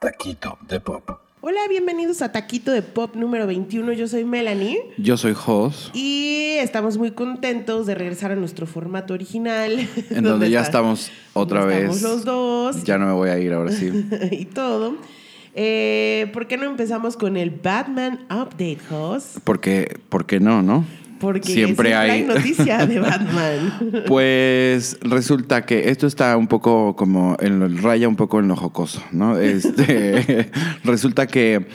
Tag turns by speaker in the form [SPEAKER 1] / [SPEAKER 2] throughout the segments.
[SPEAKER 1] Taquito de Pop.
[SPEAKER 2] Hola, bienvenidos a Taquito de Pop número 21. Yo soy Melanie
[SPEAKER 3] Yo soy Jos,
[SPEAKER 2] y estamos muy contentos de regresar a nuestro formato original.
[SPEAKER 3] en
[SPEAKER 2] donde
[SPEAKER 3] donde ya
[SPEAKER 2] está-
[SPEAKER 3] estamos otra
[SPEAKER 2] donde
[SPEAKER 3] vez.
[SPEAKER 2] Estamos los dos
[SPEAKER 3] Ya no me voy a ir ahora sí.
[SPEAKER 2] y todo. Eh, ¿Por qué no empezamos con el Batman Update, Jos?
[SPEAKER 3] Porque, ¿por qué no, no?
[SPEAKER 2] Porque
[SPEAKER 3] Siempre
[SPEAKER 2] siempre hay
[SPEAKER 3] hay-
[SPEAKER 2] noticia de Batman.
[SPEAKER 3] Pues resulta que esto está un poco como en lo- raya un poco en lo jocoso, ¿no? Este, resulta que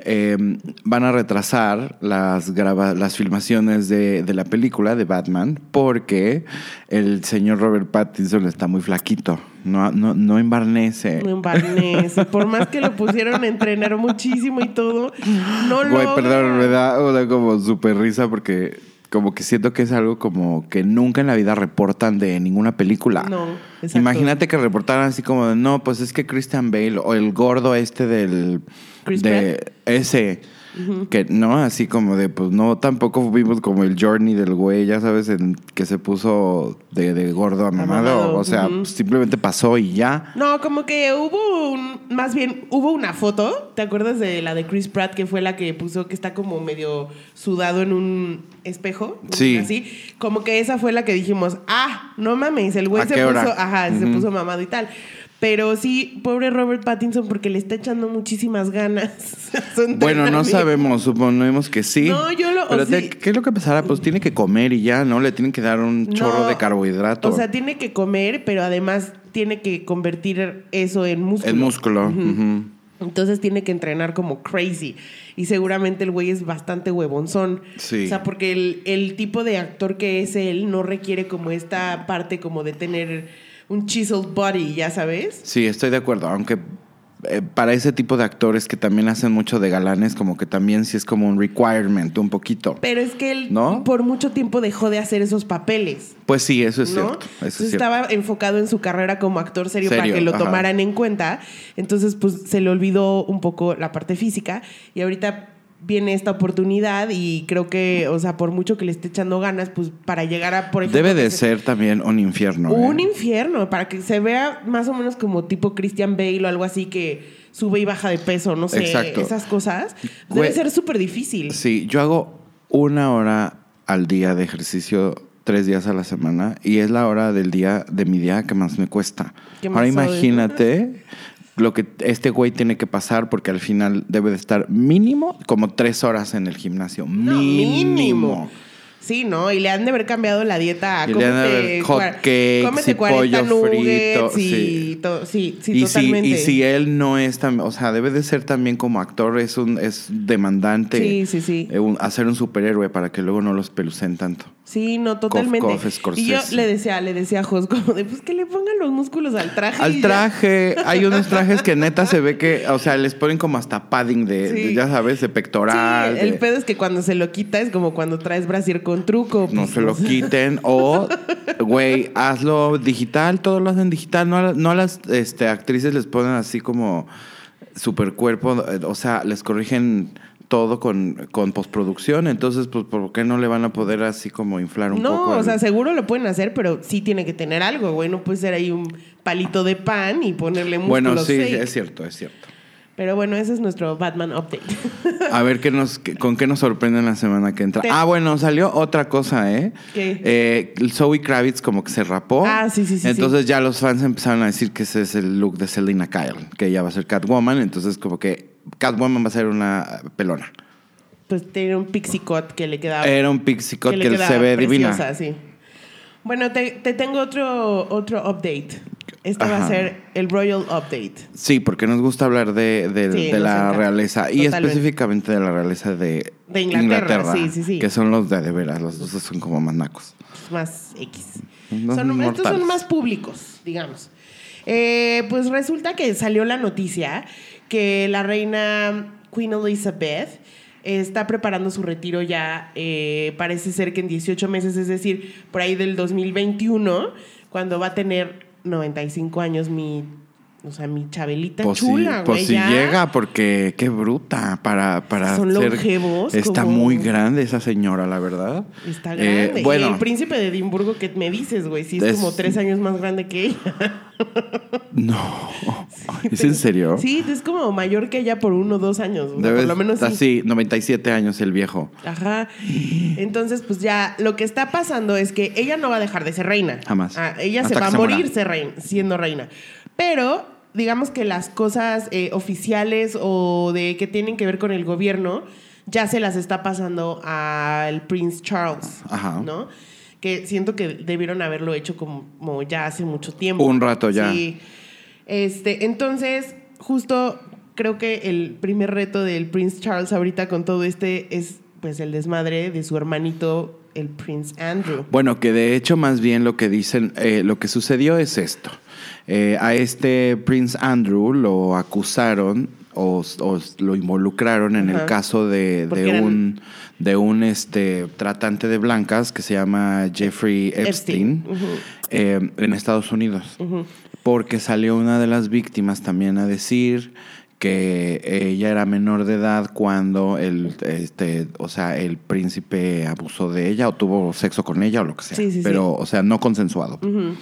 [SPEAKER 3] eh, van a retrasar las, grava- las filmaciones de, de la película de Batman porque el señor Robert Pattinson está muy flaquito, no, no, no embarnece.
[SPEAKER 2] No embarnece. Por más que lo pusieron a entrenar muchísimo y todo, no lo.
[SPEAKER 3] Güey, perdón, me da, me da como súper risa porque como que siento que es algo como que nunca en la vida reportan de ninguna película.
[SPEAKER 2] No, exacto.
[SPEAKER 3] Imagínate que reportaran así como de, no, pues es que Christian Bale o el gordo este del...
[SPEAKER 2] Chris
[SPEAKER 3] de ese. Que no, así como de, pues no, tampoco vimos como el journey del güey, ya sabes, en que se puso de, de gordo a mamado.
[SPEAKER 2] mamado,
[SPEAKER 3] O sea,
[SPEAKER 2] ujú.
[SPEAKER 3] simplemente pasó y ya.
[SPEAKER 2] No, como que hubo un. Más bien, hubo una foto. ¿Te acuerdas de la de Chris Pratt, que fue la que puso que está como medio sudado en un espejo?
[SPEAKER 3] Sí.
[SPEAKER 2] Así. Como que esa fue la que dijimos, ah, no mames, el güey
[SPEAKER 3] ¿A
[SPEAKER 2] se
[SPEAKER 3] qué
[SPEAKER 2] puso.
[SPEAKER 3] hora?
[SPEAKER 2] Ajá, se
[SPEAKER 3] Ujú.
[SPEAKER 2] puso mamado y tal. Pero sí, pobre Robert Pattinson, porque le está echando muchísimas ganas. a su
[SPEAKER 3] Bueno, no
[SPEAKER 2] entrenamiento.
[SPEAKER 3] sabemos, suponemos que sí.
[SPEAKER 2] No, yo lo- o
[SPEAKER 3] Pero te-
[SPEAKER 2] sí.
[SPEAKER 3] ¿qué es lo que pasará? Pues tiene que comer y ya, ¿no? Le tienen que dar un chorro
[SPEAKER 2] No,
[SPEAKER 3] de carbohidrato.
[SPEAKER 2] O sea, tiene que comer, pero además tiene que convertir eso en músculo.
[SPEAKER 3] el músculo. ujú.
[SPEAKER 2] Entonces tiene que entrenar como crazy. Y seguramente el güey es bastante huevonzón.
[SPEAKER 3] Sí.
[SPEAKER 2] O sea, porque el, el tipo de actor que es él no requiere como esta parte como de tener un chiseled body, ya sabes.
[SPEAKER 3] Sí, estoy de acuerdo. Aunque eh, para ese tipo de actores que también hacen mucho de galanes, como que también sí es como un requirement, un poquito.
[SPEAKER 2] Pero es que él
[SPEAKER 3] ¿No?
[SPEAKER 2] por mucho tiempo dejó de hacer esos papeles.
[SPEAKER 3] Pues sí, eso es
[SPEAKER 2] ¿no?
[SPEAKER 3] cierto. Eso es
[SPEAKER 2] Entonces,
[SPEAKER 3] cierto.
[SPEAKER 2] estaba enfocado en su carrera como actor serio, para
[SPEAKER 3] Serio,
[SPEAKER 2] que lo
[SPEAKER 3] ajá.
[SPEAKER 2] tomaran en cuenta. Entonces, pues se le olvidó un poco la parte física y ahorita viene esta oportunidad y creo que, o sea, por mucho que le esté echando ganas, pues para llegar a, por ejemplo,
[SPEAKER 3] Debe
[SPEAKER 2] que
[SPEAKER 3] de
[SPEAKER 2] se-
[SPEAKER 3] ser también un infierno.
[SPEAKER 2] un
[SPEAKER 3] ¿eh?
[SPEAKER 2] infierno, para que se vea más o menos como tipo Christian Bale o algo así que sube y baja de peso, no sé,
[SPEAKER 3] Exacto.
[SPEAKER 2] esas cosas. Debe
[SPEAKER 3] Güey.
[SPEAKER 2] ser súper difícil.
[SPEAKER 3] Sí, yo hago una hora al día de ejercicio tres días a la semana y es la hora del día de mi día que más me cuesta.
[SPEAKER 2] ¿Qué
[SPEAKER 3] Ahora
[SPEAKER 2] más soy?
[SPEAKER 3] imagínate lo que este güey tiene que pasar porque al final debe de estar mínimo como tres horas en el gimnasio.
[SPEAKER 2] No,
[SPEAKER 3] mínimo.
[SPEAKER 2] Sí, ¿no? Y le han de haber cambiado la dieta a
[SPEAKER 3] Y le han de haber
[SPEAKER 2] cómete
[SPEAKER 3] hot cakes
[SPEAKER 2] cómete
[SPEAKER 3] y pollo frito,
[SPEAKER 2] y
[SPEAKER 3] sí.
[SPEAKER 2] todo. Sí, sí,
[SPEAKER 3] y, si,
[SPEAKER 2] totalmente.
[SPEAKER 3] y si él no es también, o sea, debe de ser también como actor, es un es demandante
[SPEAKER 2] Sí, sí, sí.
[SPEAKER 3] eh, un- hacer un superhéroe para que luego no los pelucen tanto.
[SPEAKER 2] Sí, no, totalmente.
[SPEAKER 3] Cough, cough, Scorsese.
[SPEAKER 2] y yo le decía, le decía a Jos como de, pues que le pongan los músculos al traje. y
[SPEAKER 3] Al
[SPEAKER 2] ya.
[SPEAKER 3] traje, hay unos trajes que neta se ve que, o sea, les ponen como hasta padding de,
[SPEAKER 2] Sí.
[SPEAKER 3] de, ya sabes, de
[SPEAKER 2] Sí,
[SPEAKER 3] pectoral.
[SPEAKER 2] el
[SPEAKER 3] de-
[SPEAKER 2] pedo es que cuando se lo quita es como cuando traes brasier con truco.
[SPEAKER 3] No
[SPEAKER 2] pues,
[SPEAKER 3] se lo quiten. O, güey, hazlo digital, todo lo hacen digital. No, a la- no a las este, actrices les ponen así como super cuerpo, o sea, les corrigen todo con, con postproducción. Entonces, pues, ¿por qué no le van a poder así como inflar un
[SPEAKER 2] No,
[SPEAKER 3] poco?
[SPEAKER 2] o
[SPEAKER 3] el-
[SPEAKER 2] sea, seguro lo pueden hacer, pero sí tiene que tener algo, güey. No puede ser ahí un palito de pan y ponerle músculos.
[SPEAKER 3] bueno, sí,
[SPEAKER 2] fake.
[SPEAKER 3] es cierto, es cierto.
[SPEAKER 2] Pero bueno, ese es nuestro Batman Update.
[SPEAKER 3] A ver qué nos, qué- con qué nos sorprenden la semana que entra.
[SPEAKER 2] Te-
[SPEAKER 3] Ah, bueno, salió otra cosa, ¿eh?
[SPEAKER 2] ¿Qué?
[SPEAKER 3] Eh, Zoe Kravitz como que se rapó.
[SPEAKER 2] Ah, sí, sí, sí,
[SPEAKER 3] Entonces ya los fans empezaron a decir que ese es el look de Selena Kyle, que ella va a ser Catwoman. Entonces, como que Catwoman va a ser una pelona.
[SPEAKER 2] Pues tiene un pixie cut que le queda.
[SPEAKER 3] Era un pixie cut
[SPEAKER 2] Ah. le
[SPEAKER 3] que,
[SPEAKER 2] queda
[SPEAKER 3] se ve divina.
[SPEAKER 2] preciosa, sí. Bueno, te, te tengo otro, otro update. Este va a
[SPEAKER 3] Ajá.
[SPEAKER 2] ser el Royal Update.
[SPEAKER 3] Sí, porque nos gusta hablar de, de-
[SPEAKER 2] Sí,
[SPEAKER 3] de
[SPEAKER 2] nos
[SPEAKER 3] la
[SPEAKER 2] encanta.
[SPEAKER 3] realeza y
[SPEAKER 2] Totalmente.
[SPEAKER 3] específicamente de la realeza de,
[SPEAKER 2] De Inglaterra, sí, sí, sí.
[SPEAKER 3] Que son los de de veras, los dos son como más nacos.
[SPEAKER 2] Es pues, Más X.
[SPEAKER 3] No
[SPEAKER 2] Son-
[SPEAKER 3] son
[SPEAKER 2] estos son
[SPEAKER 3] mortales.
[SPEAKER 2] más públicos, digamos. Eh, pues resulta que salió la noticia que la reina Queen Elizabeth está preparando su retiro ya, eh, parece ser que en 18 meses, es decir, por ahí del 2021, cuando va a tener 95 años mi, o sea, mi chabelita
[SPEAKER 3] Pues,
[SPEAKER 2] chula,
[SPEAKER 3] si,
[SPEAKER 2] güey.
[SPEAKER 3] pues si
[SPEAKER 2] ya.
[SPEAKER 3] llega, porque qué bruta para, para
[SPEAKER 2] Son
[SPEAKER 3] ser-
[SPEAKER 2] longevos,
[SPEAKER 3] Está
[SPEAKER 2] como-
[SPEAKER 3] muy grande esa señora, la verdad.
[SPEAKER 2] Está
[SPEAKER 3] Eh,
[SPEAKER 2] grande. Y
[SPEAKER 3] bueno,
[SPEAKER 2] el príncipe de Edimburgo que me dices, güey, sí es,
[SPEAKER 3] Es-
[SPEAKER 2] como tres años más grande que ella.
[SPEAKER 3] No. ¿Es en serio?
[SPEAKER 2] Sí, es como mayor que ella por uno o dos años. o sea,
[SPEAKER 3] Debe
[SPEAKER 2] por lo menos
[SPEAKER 3] estar
[SPEAKER 2] sí.
[SPEAKER 3] así, 97 años el viejo.
[SPEAKER 2] Ajá. Entonces, pues ya lo que está pasando es que ella no va a dejar de ser reina.
[SPEAKER 3] Jamás.
[SPEAKER 2] Ah, ella
[SPEAKER 3] Hasta
[SPEAKER 2] se va
[SPEAKER 3] que
[SPEAKER 2] a
[SPEAKER 3] se muera.
[SPEAKER 2] morir ser rein- siendo reina. Pero digamos que las cosas eh, oficiales o de que tienen que ver con el gobierno ya se las está pasando al Prince Charles,
[SPEAKER 3] Ajá.
[SPEAKER 2] ¿no? Que siento que debieron haberlo hecho como, como ya hace mucho tiempo.
[SPEAKER 3] Un rato ya.
[SPEAKER 2] Sí. Este, entonces, justo creo que el primer reto del Prince Charles ahorita con todo este es pues el desmadre de su hermanito, el Prince Andrew.
[SPEAKER 3] Bueno, que de hecho más bien lo que dicen, eh, lo que sucedió es esto. Eh, a este Prince Andrew lo acusaron o, o lo involucraron en
[SPEAKER 2] Ajá.
[SPEAKER 3] el caso de,
[SPEAKER 2] Porque
[SPEAKER 3] de
[SPEAKER 2] eran-
[SPEAKER 3] un, de un este, tratante de blancas que se llama Jeffrey Epstein,
[SPEAKER 2] Epstein. Ujú.
[SPEAKER 3] eh, en Estados Unidos. Porque salió una de las víctimas también a decir que ella era menor de edad cuando el este o sea el príncipe abusó de ella o tuvo sexo con ella o lo que sea
[SPEAKER 2] Sí, sí, sí.
[SPEAKER 3] pero o sea no consensuado pues.
[SPEAKER 2] Ujú.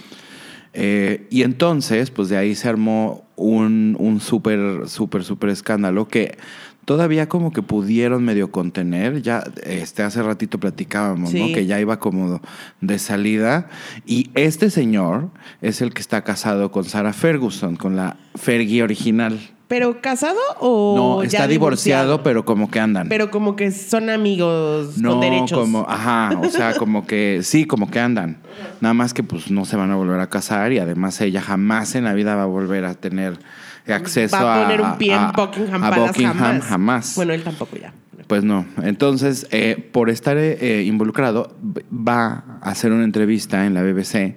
[SPEAKER 3] Eh, y entonces pues de ahí se armó un un súper súper súper escándalo que todavía como que pudieron medio contener ya este hace ratito platicábamos
[SPEAKER 2] Sí.
[SPEAKER 3] no que ya iba como de salida y este señor es el que está casado con Sarah Ferguson con la Fergie original
[SPEAKER 2] ¿Pero casado o
[SPEAKER 3] no,
[SPEAKER 2] Oh, ya
[SPEAKER 3] está divorciado, pero como que andan.
[SPEAKER 2] Pero como que son amigos
[SPEAKER 3] no,
[SPEAKER 2] con derechos.
[SPEAKER 3] como, ajá, o sea, como que sí, como que andan. Nada más que pues no se van a volver a casar y además ella jamás en la vida va a volver a tener acceso
[SPEAKER 2] Va a poner un pie
[SPEAKER 3] a-
[SPEAKER 2] en Buckingham
[SPEAKER 3] a
[SPEAKER 2] Palace
[SPEAKER 3] Buckingham
[SPEAKER 2] jamás.
[SPEAKER 3] jamás.
[SPEAKER 2] Bueno, él tampoco ya.
[SPEAKER 3] Pues no. Entonces, eh, por estar eh, involucrado, b- va a hacer una entrevista en la BBC,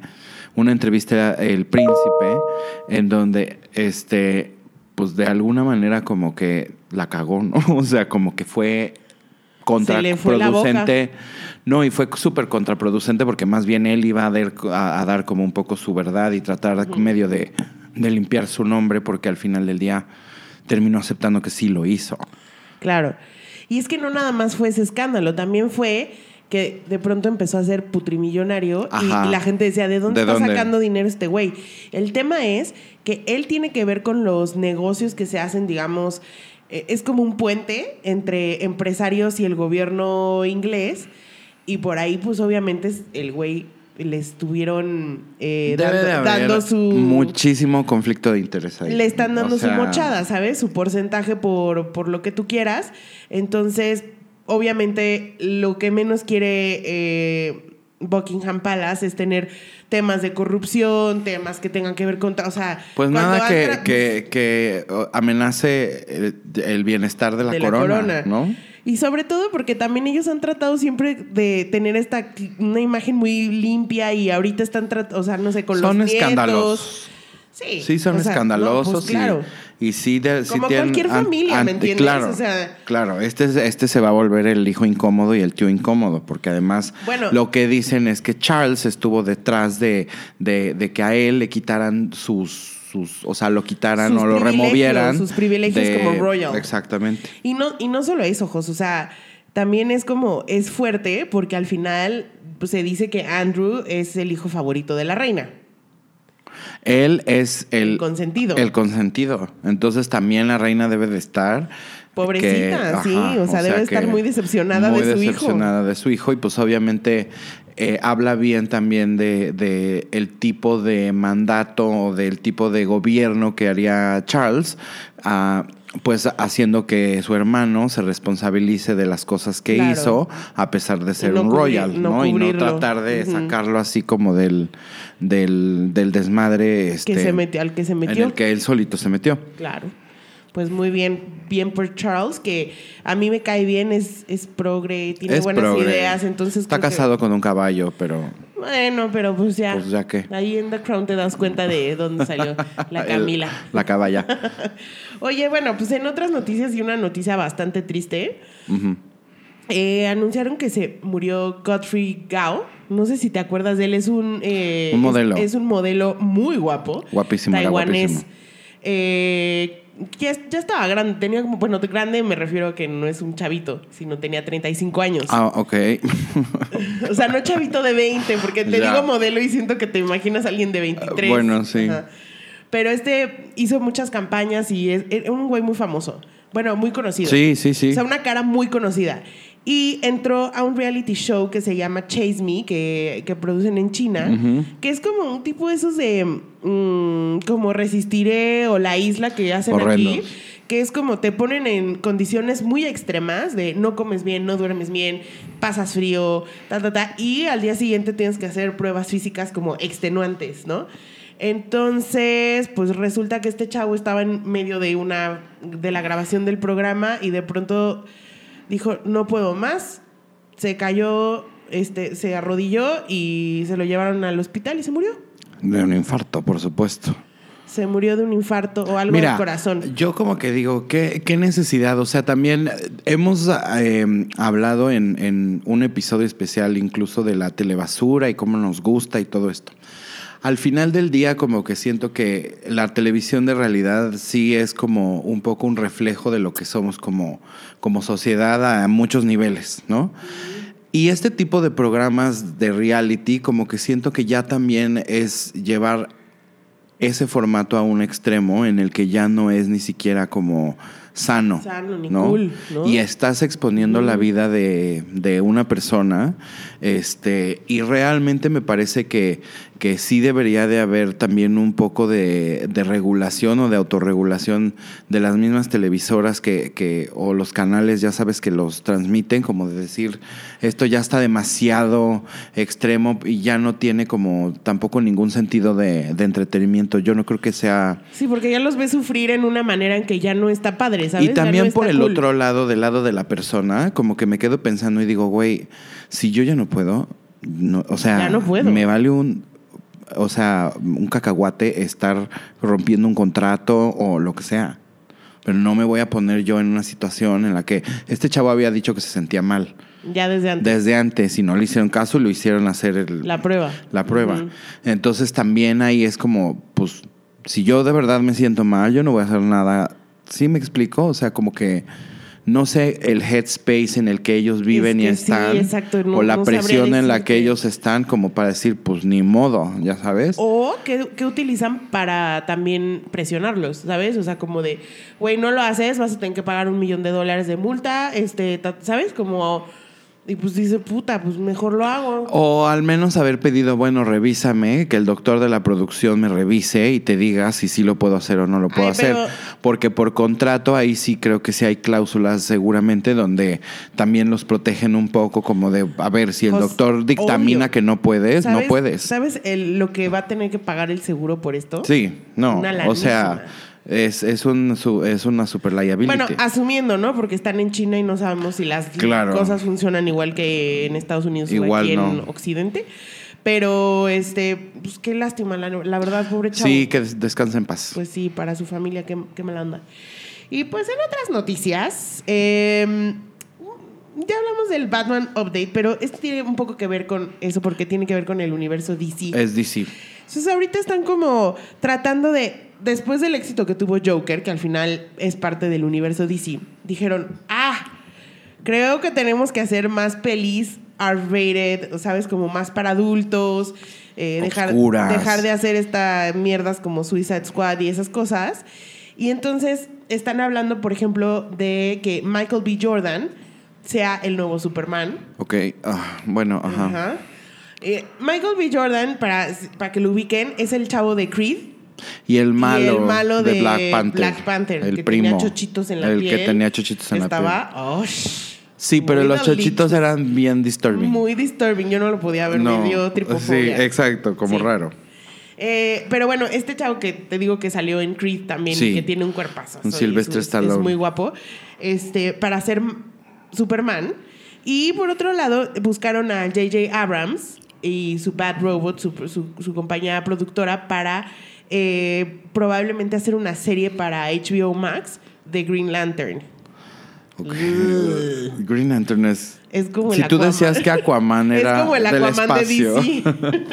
[SPEAKER 3] una entrevista El Príncipe, en donde, este, pues de alguna manera como que la cagó, ¿no? O sea, como que fue
[SPEAKER 2] le fue la
[SPEAKER 3] contraproducente. No, y fue súper contraproducente porque más bien él iba a, dar- a- a dar como un poco su verdad y tratar medio de, de limpiar su nombre porque al final del día terminó aceptando que sí lo hizo.
[SPEAKER 2] Claro. Y es que no nada más fue ese escándalo, también fue que de pronto empezó a ser putrimillonario y,
[SPEAKER 3] Ajá.
[SPEAKER 2] y la gente decía, ¿de
[SPEAKER 3] ¿De
[SPEAKER 2] dónde está
[SPEAKER 3] dónde?
[SPEAKER 2] sacando dinero este güey? El tema es que él tiene que ver con los negocios que se hacen, digamos, eh, es como un puente entre empresarios y el gobierno inglés y por ahí pues obviamente es- el güey le estuvieron eh,
[SPEAKER 3] Debe
[SPEAKER 2] dando,
[SPEAKER 3] de haber
[SPEAKER 2] dando su...
[SPEAKER 3] muchísimo conflicto de interés ahí.
[SPEAKER 2] Le están dando
[SPEAKER 3] O sea,
[SPEAKER 2] su mochada, ¿sabes? Su porcentaje por, por lo que tú quieras. Entonces, obviamente, lo que menos quiere eh, Buckingham Palace es tener temas de corrupción, temas que tengan que ver con... ta- O sea,
[SPEAKER 3] Pues
[SPEAKER 2] cuando
[SPEAKER 3] nada que,
[SPEAKER 2] entra-
[SPEAKER 3] que- que, oh, amenace el, el bienestar de la,
[SPEAKER 2] de
[SPEAKER 3] corona, ¿no?
[SPEAKER 2] Y sobre todo porque también ellos han tratado siempre de tener esta una imagen muy limpia y ahorita están, trat- o sea, no sé, con
[SPEAKER 3] Son
[SPEAKER 2] los nietos.
[SPEAKER 3] escandalosos.
[SPEAKER 2] Sí,
[SPEAKER 3] Sí, son
[SPEAKER 2] o sea, no,
[SPEAKER 3] escandalosos.
[SPEAKER 2] pues
[SPEAKER 3] y-
[SPEAKER 2] claro.
[SPEAKER 3] y, sí, de- sí
[SPEAKER 2] Como
[SPEAKER 3] tienen
[SPEAKER 2] cualquier
[SPEAKER 3] an-
[SPEAKER 2] familia, ¿me entiendes?
[SPEAKER 3] Claro,
[SPEAKER 2] O sea-
[SPEAKER 3] claro. Este, es- este se va a volver el hijo incómodo y el tío incómodo, porque además
[SPEAKER 2] Bueno.
[SPEAKER 3] lo que dicen es que Charles estuvo detrás de, de, de que a él le quitaran sus, sus o sea, lo quitaran
[SPEAKER 2] Sus
[SPEAKER 3] o lo
[SPEAKER 2] privilegios,
[SPEAKER 3] removieran.
[SPEAKER 2] sus privilegios como royal.
[SPEAKER 3] Exactamente.
[SPEAKER 2] Y no, y no solo eso, Jos, o sea, también es como, es fuerte porque al final pues, se dice que Andrew es el hijo favorito de la reina.
[SPEAKER 3] Él es el,
[SPEAKER 2] El consentido.
[SPEAKER 3] El consentido. Entonces también la reina debe de estar.
[SPEAKER 2] Pobrecita, sí, o sea, debe estar
[SPEAKER 3] que
[SPEAKER 2] muy decepcionada
[SPEAKER 3] muy
[SPEAKER 2] de su hijo.
[SPEAKER 3] decepcionada de su hijo. Y pues obviamente eh, habla bien también de, de el tipo de mandato o del tipo de gobierno que haría Charles. ah, pues haciendo que su hermano se responsabilice de las cosas que
[SPEAKER 2] Claro.
[SPEAKER 3] hizo, a pesar de ser
[SPEAKER 2] no
[SPEAKER 3] un
[SPEAKER 2] cubri-
[SPEAKER 3] royal,
[SPEAKER 2] no
[SPEAKER 3] ¿no? Y no
[SPEAKER 2] cubrirlo.
[SPEAKER 3] tratar de
[SPEAKER 2] Ujú.
[SPEAKER 3] sacarlo así como del, del, del desmadre.
[SPEAKER 2] Que
[SPEAKER 3] este,
[SPEAKER 2] se metió, al que se
[SPEAKER 3] en
[SPEAKER 2] metió.
[SPEAKER 3] el que él solito se metió.
[SPEAKER 2] Claro. Pues muy bien, bien por Charles, que a mí me cae bien, es, es progre, tiene
[SPEAKER 3] Es
[SPEAKER 2] buenas
[SPEAKER 3] progre.
[SPEAKER 2] ideas, entonces...
[SPEAKER 3] Está
[SPEAKER 2] creo que-
[SPEAKER 3] casado con un caballo, pero
[SPEAKER 2] Bueno, pero pues ya.
[SPEAKER 3] Pues ya qué.
[SPEAKER 2] Ahí en The Crown te das cuenta de dónde salió la
[SPEAKER 3] el-
[SPEAKER 2] Camila.
[SPEAKER 3] la caballa.
[SPEAKER 2] Oye, bueno, pues en otras noticias y una noticia bastante triste.
[SPEAKER 3] Ujú.
[SPEAKER 2] Eh, anunciaron que se murió Godfrey Gao. No sé si te acuerdas de él. Es un, eh,
[SPEAKER 3] Un modelo.
[SPEAKER 2] Es, es un modelo muy guapo.
[SPEAKER 3] Guapísimo, era
[SPEAKER 2] Taiwanés.
[SPEAKER 3] guapísimo.
[SPEAKER 2] Eh, ya, ya estaba grande. Tenía como, bueno, grande me refiero a que no es un chavito, sino tenía 35 años.
[SPEAKER 3] Ah, ok.
[SPEAKER 2] O sea, no chavito de 20, porque te
[SPEAKER 3] Ya.
[SPEAKER 2] digo modelo y siento que te imaginas a alguien de 23.
[SPEAKER 3] Bueno, sí.
[SPEAKER 2] Ajá. Pero este hizo muchas campañas y es, era un güey muy famoso. Bueno, muy conocido.
[SPEAKER 3] Sí, sí, sí.
[SPEAKER 2] O sea, una cara muy conocida. Y entró a un reality show que se llama Chase Me, que, que producen en China,
[SPEAKER 3] Ujú.
[SPEAKER 2] que es como un tipo de esos de mm, como Resistiré o La Isla que hacen aquí,
[SPEAKER 3] Horrendos.
[SPEAKER 2] que es como te ponen en condiciones muy extremas de no comes bien, no duermes bien, pasas frío, ta, ta, ta, y al día siguiente tienes que hacer pruebas físicas como extenuantes, ¿no? Entonces, pues resulta que este chavo estaba en medio de una de la grabación del programa y de pronto dijo, "No puedo más." Se cayó, este se arrodilló y se lo llevaron al hospital y se murió.
[SPEAKER 3] De un infarto, por supuesto.
[SPEAKER 2] Se murió de un infarto o algo del corazón.
[SPEAKER 3] Yo como que digo, ¿qué, qué necesidad? O sea, también eh, hemos eh, hablado en, en un episodio especial incluso de la telebasura y cómo nos gusta y todo esto. Al final del día como que siento que la televisión de realidad sí es como un poco un reflejo de lo que somos como, como sociedad a muchos niveles, ¿no? Y este tipo de programas de reality como que siento que ya también es llevar ese formato a un extremo en el que ya no es ni siquiera como sano.
[SPEAKER 2] Sano, ni cool, ¿no?
[SPEAKER 3] Y estás exponiendo la vida de, de una persona. Este, y realmente me parece que, que sí debería de haber también un poco de, de regulación o de autorregulación de las mismas televisoras que, que, o los canales, ya sabes, que los transmiten, como de decir, esto ya está demasiado extremo y ya no tiene como tampoco ningún sentido de, de entretenimiento. Yo no creo que sea...
[SPEAKER 2] Sí, porque ya los ve sufrir en una manera en que ya no está padre, ¿sabes?
[SPEAKER 3] Y
[SPEAKER 2] Ya
[SPEAKER 3] también
[SPEAKER 2] no
[SPEAKER 3] por
[SPEAKER 2] está
[SPEAKER 3] el
[SPEAKER 2] cool.
[SPEAKER 3] otro lado, del lado de la persona, como que me quedo pensando y digo, güey, si yo ya no puedo, no, o sea,
[SPEAKER 2] Ya no puedo.
[SPEAKER 3] me vale un, o sea, un cacahuate estar rompiendo un contrato o lo que sea. Pero no me voy a poner yo en una situación en la que este chavo había dicho que se sentía mal
[SPEAKER 2] Ya desde antes.
[SPEAKER 3] desde antes y no le hicieron caso y lo hicieron hacer el,
[SPEAKER 2] La prueba.
[SPEAKER 3] la prueba.
[SPEAKER 2] Ujú.
[SPEAKER 3] Entonces también ahí es como, pues, si yo de verdad me siento mal, yo no voy a hacer nada. ¿Sí me explico? O sea, como que no sé el headspace en el que ellos viven
[SPEAKER 2] que
[SPEAKER 3] y
[SPEAKER 2] sí,
[SPEAKER 3] están,
[SPEAKER 2] exacto, no-
[SPEAKER 3] o la
[SPEAKER 2] no sabría
[SPEAKER 3] presión en la
[SPEAKER 2] decirte.
[SPEAKER 3] que ellos están, como para decir, pues ni modo, ya sabes.
[SPEAKER 2] O que, que utilizan para también presionarlos, ¿sabes? O sea, como de, güey, no lo haces, vas a tener que pagar un millón de dólares de multa, este, ta- ¿sabes? Como, y pues dice, puta, pues mejor lo hago.
[SPEAKER 3] O al menos haber pedido, bueno, revísame, que el doctor de la producción me revise y te diga si sí lo puedo hacer o no lo puedo
[SPEAKER 2] Ay,
[SPEAKER 3] hacer.
[SPEAKER 2] pero-
[SPEAKER 3] Porque por contrato ahí sí creo que sí hay cláusulas seguramente donde también los protegen un poco como de, a ver, si el
[SPEAKER 2] Pues,
[SPEAKER 3] doctor dictamina
[SPEAKER 2] obvio.
[SPEAKER 3] que no puedes, no puedes.
[SPEAKER 2] ¿Sabes el- lo que va a tener que pagar el seguro por esto?
[SPEAKER 3] Sí, no.
[SPEAKER 2] Una
[SPEAKER 3] O sea, es, es, un, su- es una super liability.
[SPEAKER 2] Bueno, asumiendo, ¿no? Porque están en China y no sabemos si las
[SPEAKER 3] Claro.
[SPEAKER 2] cosas funcionan igual que en Estados Unidos
[SPEAKER 3] Igual
[SPEAKER 2] o aquí en
[SPEAKER 3] no.
[SPEAKER 2] Occidente. Pero, este, pues qué lástima, la, la verdad, pobre chavo.
[SPEAKER 3] sí, que des- descansa en paz.
[SPEAKER 2] Pues sí, para su familia, qué, qué mala onda. Y pues en otras noticias, eh, ya hablamos del Batman Update, pero este tiene un poco que ver con eso, porque tiene que ver con el universo DC.
[SPEAKER 3] es DC.
[SPEAKER 2] Entonces ahorita están como tratando de, después del éxito que tuvo Joker, que al final es parte del universo DC, dijeron, ah, creo que tenemos que hacer más pelis R-rated, ¿sabes? Como más para adultos, eh, dejar,
[SPEAKER 3] Obscuras.
[SPEAKER 2] dejar de hacer estas mierdas como Suicide Squad y esas cosas. Y entonces están hablando, por ejemplo, de que Michael B. Jordan sea el nuevo Superman.
[SPEAKER 3] Ok. ah, bueno, ajá.
[SPEAKER 2] Ajá. Eh, Michael B. Jordan, para, para que lo ubiquen, es el chavo de Creed.
[SPEAKER 3] Y el malo,
[SPEAKER 2] y el malo de,
[SPEAKER 3] Black Panther.
[SPEAKER 2] Black Panther,
[SPEAKER 3] el
[SPEAKER 2] que
[SPEAKER 3] primo.
[SPEAKER 2] tenía chochitos en la
[SPEAKER 3] el
[SPEAKER 2] piel.
[SPEAKER 3] que tenía chochitos en la piel.
[SPEAKER 2] Estaba, oh, sh-
[SPEAKER 3] Sí, pero
[SPEAKER 2] muy
[SPEAKER 3] los chochitos
[SPEAKER 2] maldito.
[SPEAKER 3] eran bien disturbing.
[SPEAKER 2] muy disturbing. Yo no lo podía ver, me dio tripofobia.
[SPEAKER 3] Sí, exacto, como
[SPEAKER 2] Sí.
[SPEAKER 3] raro.
[SPEAKER 2] Eh, pero bueno, este chavo que te digo que salió en Creed también,
[SPEAKER 3] Sí.
[SPEAKER 2] que tiene un cuerpazo.
[SPEAKER 3] Un
[SPEAKER 2] y
[SPEAKER 3] Sylvester
[SPEAKER 2] es-
[SPEAKER 3] Stallone.
[SPEAKER 2] Es muy guapo. Este, para ser Superman. Y por otro lado, buscaron a J.J. Abrams y su Bad Robot, su, su- su compañía productora, para eh, probablemente hacer una serie para HBO Max de Green Lantern.
[SPEAKER 3] Ok. Green Lantern es...
[SPEAKER 2] Es como
[SPEAKER 3] si
[SPEAKER 2] el
[SPEAKER 3] tú
[SPEAKER 2] Aquaman.
[SPEAKER 3] decías que Aquaman era
[SPEAKER 2] es como el
[SPEAKER 3] del
[SPEAKER 2] Aquaman de
[SPEAKER 3] espacio.
[SPEAKER 2] DC.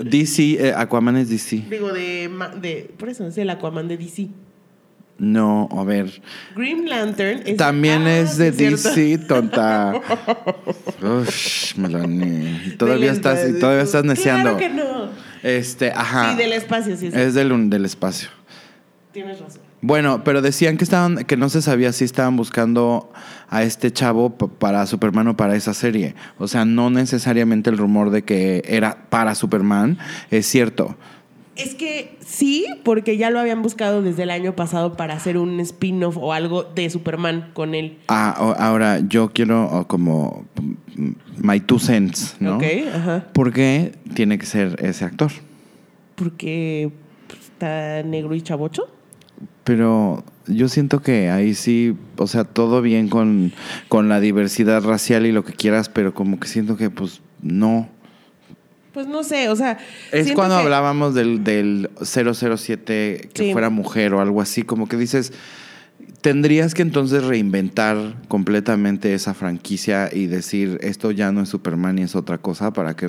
[SPEAKER 3] DC, eh, Aquaman es DC.
[SPEAKER 2] Digo, de, ma- de. Por eso es el Aquaman de DC.
[SPEAKER 3] No, a ver.
[SPEAKER 2] Green Lantern es
[SPEAKER 3] También
[SPEAKER 2] Ah,
[SPEAKER 3] es de
[SPEAKER 2] sí es cierto.
[SPEAKER 3] DC, tonta. Ush, Melanie. Todavía
[SPEAKER 2] Del
[SPEAKER 3] estás,
[SPEAKER 2] ente-
[SPEAKER 3] todavía estás neceando.
[SPEAKER 2] Claro que no.
[SPEAKER 3] Este, ajá.
[SPEAKER 2] Sí, del espacio, sí, sí.
[SPEAKER 3] Es del, un- del espacio.
[SPEAKER 2] Tienes razón.
[SPEAKER 3] Bueno, pero decían que estaban, que no se sabía si estaban buscando a este chavo p- para Superman o para esa serie. O sea, no necesariamente el rumor de que era para Superman es cierto.
[SPEAKER 2] Es que sí, porque ya lo habían buscado desde el año pasado para hacer un spin-off o algo de Superman con él.
[SPEAKER 3] Ah, o- ahora yo quiero oh, como mm, my two cents, ¿no?
[SPEAKER 2] Ok, ajá.
[SPEAKER 3] ¿Por qué tiene que ser ese actor?
[SPEAKER 2] Porque está negro y chavocho.
[SPEAKER 3] Pero yo siento que ahí sí, o sea, todo bien con, con la diversidad racial y lo que quieras, pero como que siento que pues no.
[SPEAKER 2] Pues no sé, o sea.
[SPEAKER 3] Es
[SPEAKER 2] siento
[SPEAKER 3] cuando
[SPEAKER 2] que-
[SPEAKER 3] hablábamos del, del 007 que
[SPEAKER 2] Sí.
[SPEAKER 3] fuera mujer o algo así, como que dices, tendrías que entonces reinventar completamente esa franquicia y decir, esto ya no es Superman y es otra cosa para que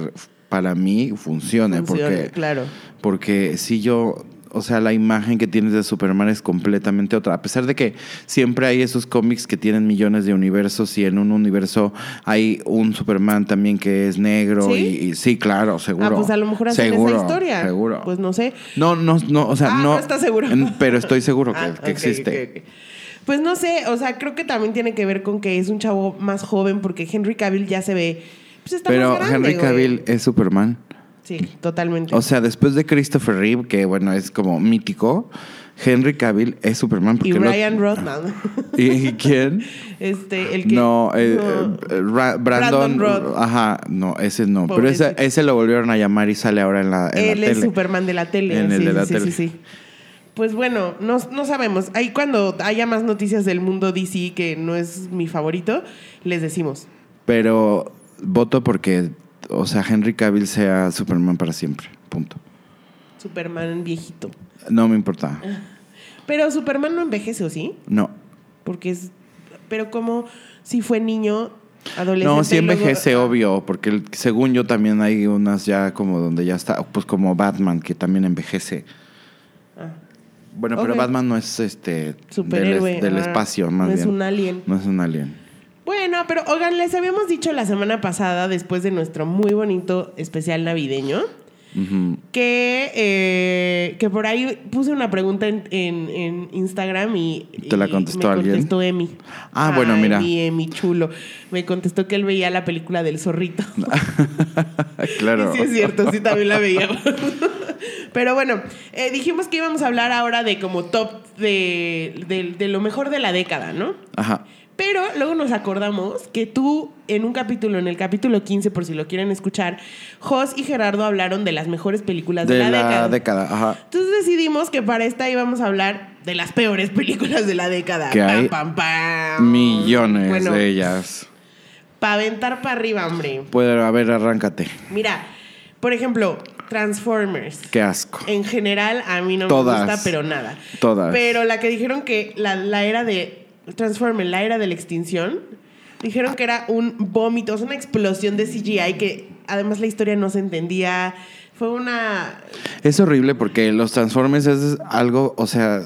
[SPEAKER 3] para mí funcione,
[SPEAKER 2] funcione,
[SPEAKER 3] porque
[SPEAKER 2] Claro. Ah,
[SPEAKER 3] porque si yo, o sea, la imagen que tienes de Superman es completamente otra. A pesar de que siempre hay esos cómics que tienen millones de universos y en un universo hay un Superman también que es negro
[SPEAKER 2] ¿Sí?
[SPEAKER 3] y, y- sí, claro, seguro.
[SPEAKER 2] Ah, pues a lo mejor hacen
[SPEAKER 3] seguro,
[SPEAKER 2] esa historia.
[SPEAKER 3] Seguro.
[SPEAKER 2] Pues no sé.
[SPEAKER 3] no, no, no, o sea,
[SPEAKER 2] Ah,
[SPEAKER 3] no.
[SPEAKER 2] no estás seguro.
[SPEAKER 3] en- Pero estoy seguro que,
[SPEAKER 2] Ah,
[SPEAKER 3] que
[SPEAKER 2] ok,
[SPEAKER 3] existe.
[SPEAKER 2] ok, ok. Pues no sé, o sea, creo que también tiene que ver con que es un chavo más joven porque Henry Cavill ya se ve. Pues está
[SPEAKER 3] Pero
[SPEAKER 2] más grande,
[SPEAKER 3] Henry
[SPEAKER 2] güey.
[SPEAKER 3] Cavill es Superman.
[SPEAKER 2] Sí, totalmente.
[SPEAKER 3] O sea, después de Christopher Reeve, que bueno, es como mítico, Henry Cavill es Superman.
[SPEAKER 2] y
[SPEAKER 3] porque lo-
[SPEAKER 2] Ryan Rothman.
[SPEAKER 3] ¿Y- ¿Y quién?
[SPEAKER 2] este, el que.
[SPEAKER 3] No, eh,
[SPEAKER 2] no.
[SPEAKER 3] eh, Ra- Brandon.
[SPEAKER 2] Brandon Roth.
[SPEAKER 3] Ajá, no, ese no.
[SPEAKER 2] Pobrecito.
[SPEAKER 3] Pero ese, ese lo volvieron a llamar y sale ahora en la, en la
[SPEAKER 2] Él es
[SPEAKER 3] tele.
[SPEAKER 2] Superman de la tele.
[SPEAKER 3] En
[SPEAKER 2] sí,
[SPEAKER 3] el de
[SPEAKER 2] sí,
[SPEAKER 3] la
[SPEAKER 2] sí,
[SPEAKER 3] tele.
[SPEAKER 2] sí, sí. Pues bueno, no, no sabemos. Ahí cuando haya más noticias del mundo DC, que no es mi favorito, les decimos.
[SPEAKER 3] Pero voto porque, o sea, Henry Cavill sea Superman para siempre. Punto.
[SPEAKER 2] Superman viejito.
[SPEAKER 3] No me importa.
[SPEAKER 2] Pero Superman no envejece, ¿o sí?
[SPEAKER 3] No.
[SPEAKER 2] Porque es. Pero como si fue niño, adolescente.
[SPEAKER 3] No, sí
[SPEAKER 2] y luego-
[SPEAKER 3] envejece, obvio, porque el- según yo también hay unas ya como donde ya está, pues como Batman, que también envejece.
[SPEAKER 2] Ah.
[SPEAKER 3] Bueno, pero
[SPEAKER 2] Ok.
[SPEAKER 3] Batman no es este del es-
[SPEAKER 2] Superhéroe.
[SPEAKER 3] del,
[SPEAKER 2] ah,
[SPEAKER 3] espacio, más
[SPEAKER 2] no
[SPEAKER 3] bien.
[SPEAKER 2] Es un alien.
[SPEAKER 3] No es un alien.
[SPEAKER 2] Bueno, pero oigan, les habíamos dicho la semana pasada, después de nuestro muy bonito especial navideño,
[SPEAKER 3] Ujú.
[SPEAKER 2] que, eh, que por ahí puse una pregunta en, en- en Instagram y.
[SPEAKER 3] ¿Te la
[SPEAKER 2] y
[SPEAKER 3] contestó
[SPEAKER 2] me
[SPEAKER 3] alguien?
[SPEAKER 2] contestó Emi.
[SPEAKER 3] Ah, bueno,
[SPEAKER 2] Ay,
[SPEAKER 3] mira.
[SPEAKER 2] Mi Emi, chulo. Me contestó que él veía la película del zorrito.
[SPEAKER 3] claro.
[SPEAKER 2] Sí, es cierto, sí también la veía. Pero bueno, eh, dijimos que íbamos a hablar ahora de como top de, de- de lo mejor de la década, ¿no?
[SPEAKER 3] Ajá.
[SPEAKER 2] Pero luego nos acordamos que tú, en un capítulo, en el capítulo 15, por si lo quieren escuchar, Jos y Gerardo hablaron de las mejores películas de,
[SPEAKER 3] de
[SPEAKER 2] la, década.
[SPEAKER 3] ajá.
[SPEAKER 2] Entonces decidimos que para esta íbamos a hablar de las peores películas de la década.
[SPEAKER 3] Que hay
[SPEAKER 2] pam, pam.
[SPEAKER 3] Millones
[SPEAKER 2] Bueno,
[SPEAKER 3] de ellas.
[SPEAKER 2] Para aventar para arriba, hombre.
[SPEAKER 3] Puede, a ver, arráncate.
[SPEAKER 2] Mira, por ejemplo, Transformers.
[SPEAKER 3] Qué asco.
[SPEAKER 2] En general, a mí no
[SPEAKER 3] Todas.
[SPEAKER 2] me gusta, pero nada.
[SPEAKER 3] Todas.
[SPEAKER 2] Pero la que dijeron que la, la era de Transformers, la era de la extinción, dijeron que era un vómito, es una explosión de CGI que además la historia no se entendía. Fue una.
[SPEAKER 3] Es horrible porque los Transformers es algo, o sea,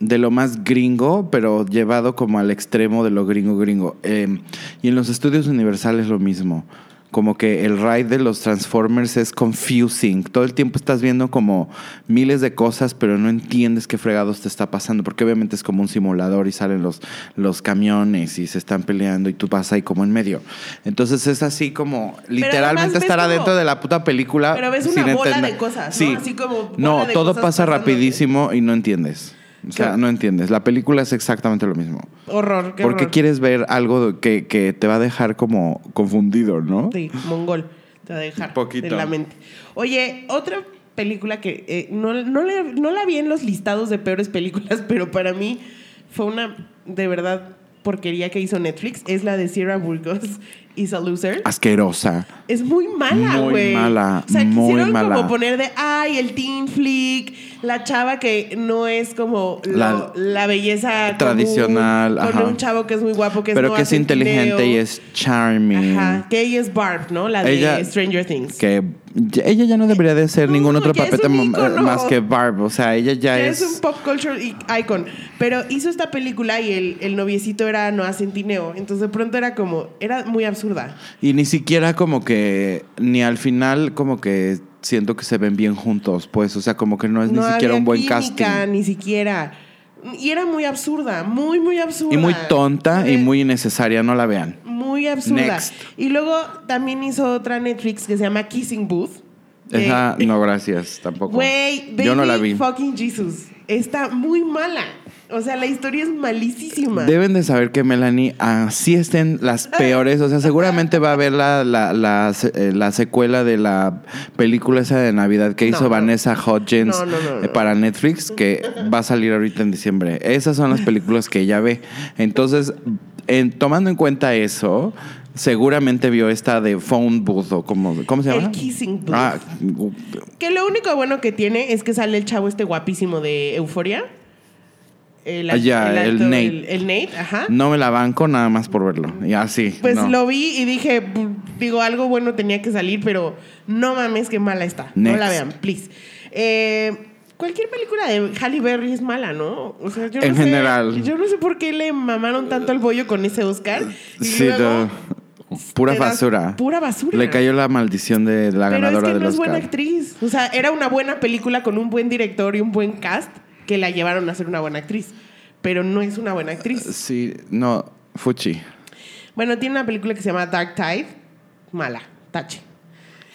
[SPEAKER 3] de lo más gringo, pero llevado como al extremo de lo gringo gringo. Eh, y en los estudios Universal es lo mismo. Como que el ride de los Transformers es confusing. Todo el tiempo estás viendo como miles de cosas, pero no entiendes qué fregados te está pasando. Porque obviamente es como un simulador y salen los, los camiones y se están peleando y tú vas ahí como en medio. Entonces es así como literalmente
[SPEAKER 2] además ves
[SPEAKER 3] estar
[SPEAKER 2] como-
[SPEAKER 3] adentro de la puta película.
[SPEAKER 2] Pero ves una
[SPEAKER 3] Ah, sin
[SPEAKER 2] bola
[SPEAKER 3] entender-
[SPEAKER 2] de cosas, ¿no?
[SPEAKER 3] Sí.
[SPEAKER 2] Así como bola
[SPEAKER 3] No,
[SPEAKER 2] de
[SPEAKER 3] todo
[SPEAKER 2] cosas
[SPEAKER 3] pasa
[SPEAKER 2] pasándote.
[SPEAKER 3] rapidísimo y no entiendes. O sea,
[SPEAKER 2] Claro.
[SPEAKER 3] no entiendes. La película es exactamente lo mismo.
[SPEAKER 2] Horror, qué
[SPEAKER 3] Porque
[SPEAKER 2] horror.
[SPEAKER 3] quieres ver algo que, que te va a dejar como confundido, ¿no?
[SPEAKER 2] Sí, mongol. Te va a dejar
[SPEAKER 3] Poquito.
[SPEAKER 2] en la mente. Oye, otra película que eh, no, no la- no la vi en los listados de peores películas, pero para mí fue una de verdad porquería que hizo Netflix. Es la de Sierra Burgos, Is a Loser.
[SPEAKER 3] Asquerosa.
[SPEAKER 2] Es muy mala,
[SPEAKER 3] Ah, Muy
[SPEAKER 2] güey.
[SPEAKER 3] mala,
[SPEAKER 2] O sea,
[SPEAKER 3] muy
[SPEAKER 2] quisieron
[SPEAKER 3] mala.
[SPEAKER 2] como poner de, ay, el teen flick, la chava que no es como lo-
[SPEAKER 3] La-
[SPEAKER 2] la, belleza común,
[SPEAKER 3] Tradicional,
[SPEAKER 2] con
[SPEAKER 3] ajá.
[SPEAKER 2] un chavo que es muy guapo, que es
[SPEAKER 3] Pero
[SPEAKER 2] Noah
[SPEAKER 3] que es inteligente
[SPEAKER 2] Centineo.
[SPEAKER 3] y es charming.
[SPEAKER 2] Ajá, que ella es Barb, ¿no? La de
[SPEAKER 3] Ella-
[SPEAKER 2] Stranger Things.
[SPEAKER 3] Que ya- ella ya no debería de ser
[SPEAKER 2] No,
[SPEAKER 3] ningún otro
[SPEAKER 2] ya es
[SPEAKER 3] papel
[SPEAKER 2] un
[SPEAKER 3] tam-
[SPEAKER 2] ícono.
[SPEAKER 3] más que Barb. O sea, ella ya
[SPEAKER 2] Que
[SPEAKER 3] es...
[SPEAKER 2] es un pop culture i- icon. Pero hizo esta película y el, el noviecito era Noah Centineo. Entonces de pronto era como, era muy absurda.
[SPEAKER 3] Y ni siquiera como que, ni al final como que siento que se ven bien juntos, pues. O sea, como que no es ni siquiera
[SPEAKER 2] había
[SPEAKER 3] un buen
[SPEAKER 2] química,
[SPEAKER 3] casting.
[SPEAKER 2] Ni siquiera. Y era muy absurda, muy, muy absurda.
[SPEAKER 3] Y muy tonta y
[SPEAKER 2] Eh,
[SPEAKER 3] muy innecesaria, no la vean.
[SPEAKER 2] Muy absurda.
[SPEAKER 3] Next.
[SPEAKER 2] Y luego también hizo otra Netflix que se llama Kissing Booth. de-
[SPEAKER 3] Esa, no, gracias, tampoco.
[SPEAKER 2] Eh. Güey,
[SPEAKER 3] Yo no la
[SPEAKER 2] Baby
[SPEAKER 3] vi.
[SPEAKER 2] Fucking Jesus. Está muy mala. O sea, la historia es malísima.
[SPEAKER 3] Deben de saber que Melanie, así estén las peores, o sea, seguramente va a haber la, la, la, eh, la secuela de la película esa de Navidad que
[SPEAKER 2] No,
[SPEAKER 3] hizo
[SPEAKER 2] no.
[SPEAKER 3] Vanessa Hudgens
[SPEAKER 2] No, no, no, no.
[SPEAKER 3] eh, para Netflix, que va a salir ahorita en diciembre. Esas son las películas que ella ve. Entonces, en- tomando en cuenta eso, seguramente vio esta de Phone Booth o como, ¿cómo se
[SPEAKER 2] El
[SPEAKER 3] llama?
[SPEAKER 2] Kissing Booth.
[SPEAKER 3] Ah,
[SPEAKER 2] Que lo único bueno que tiene es que sale el chavo este guapísimo de Euforia. El, act-
[SPEAKER 3] Ah, ya, el
[SPEAKER 2] actor,
[SPEAKER 3] Nate.
[SPEAKER 2] El, el Nate, ajá.
[SPEAKER 3] no me la banco nada más por verlo. Y así.
[SPEAKER 2] ¿Ah? Pues
[SPEAKER 3] no.
[SPEAKER 2] lo vi y dije, bu- digo, algo bueno tenía que salir, pero no mames, qué mala está. No
[SPEAKER 3] Next.
[SPEAKER 2] la vean, please. Eh, cualquier película de Halle Berry es mala, ¿no? O sea, yo no
[SPEAKER 3] En
[SPEAKER 2] sé-
[SPEAKER 3] general.
[SPEAKER 2] Yo no sé por qué le mamaron tanto el bollo con ese Oscar. Y
[SPEAKER 3] Sí,
[SPEAKER 2] luego
[SPEAKER 3] no. pura
[SPEAKER 2] te das
[SPEAKER 3] basura.
[SPEAKER 2] Pura basura.
[SPEAKER 3] Le cayó la maldición de la
[SPEAKER 2] Pero es
[SPEAKER 3] ganadora
[SPEAKER 2] que
[SPEAKER 3] del
[SPEAKER 2] no es
[SPEAKER 3] Oscar.
[SPEAKER 2] buena actriz. O sea, era una buena película con un buen director y un buen cast que la llevaron a ser una buena actriz. Pero no es una buena actriz.
[SPEAKER 3] Sí, no, Fuchi.
[SPEAKER 2] Bueno, tiene una película que se llama Dark Tide. Mala. Tache.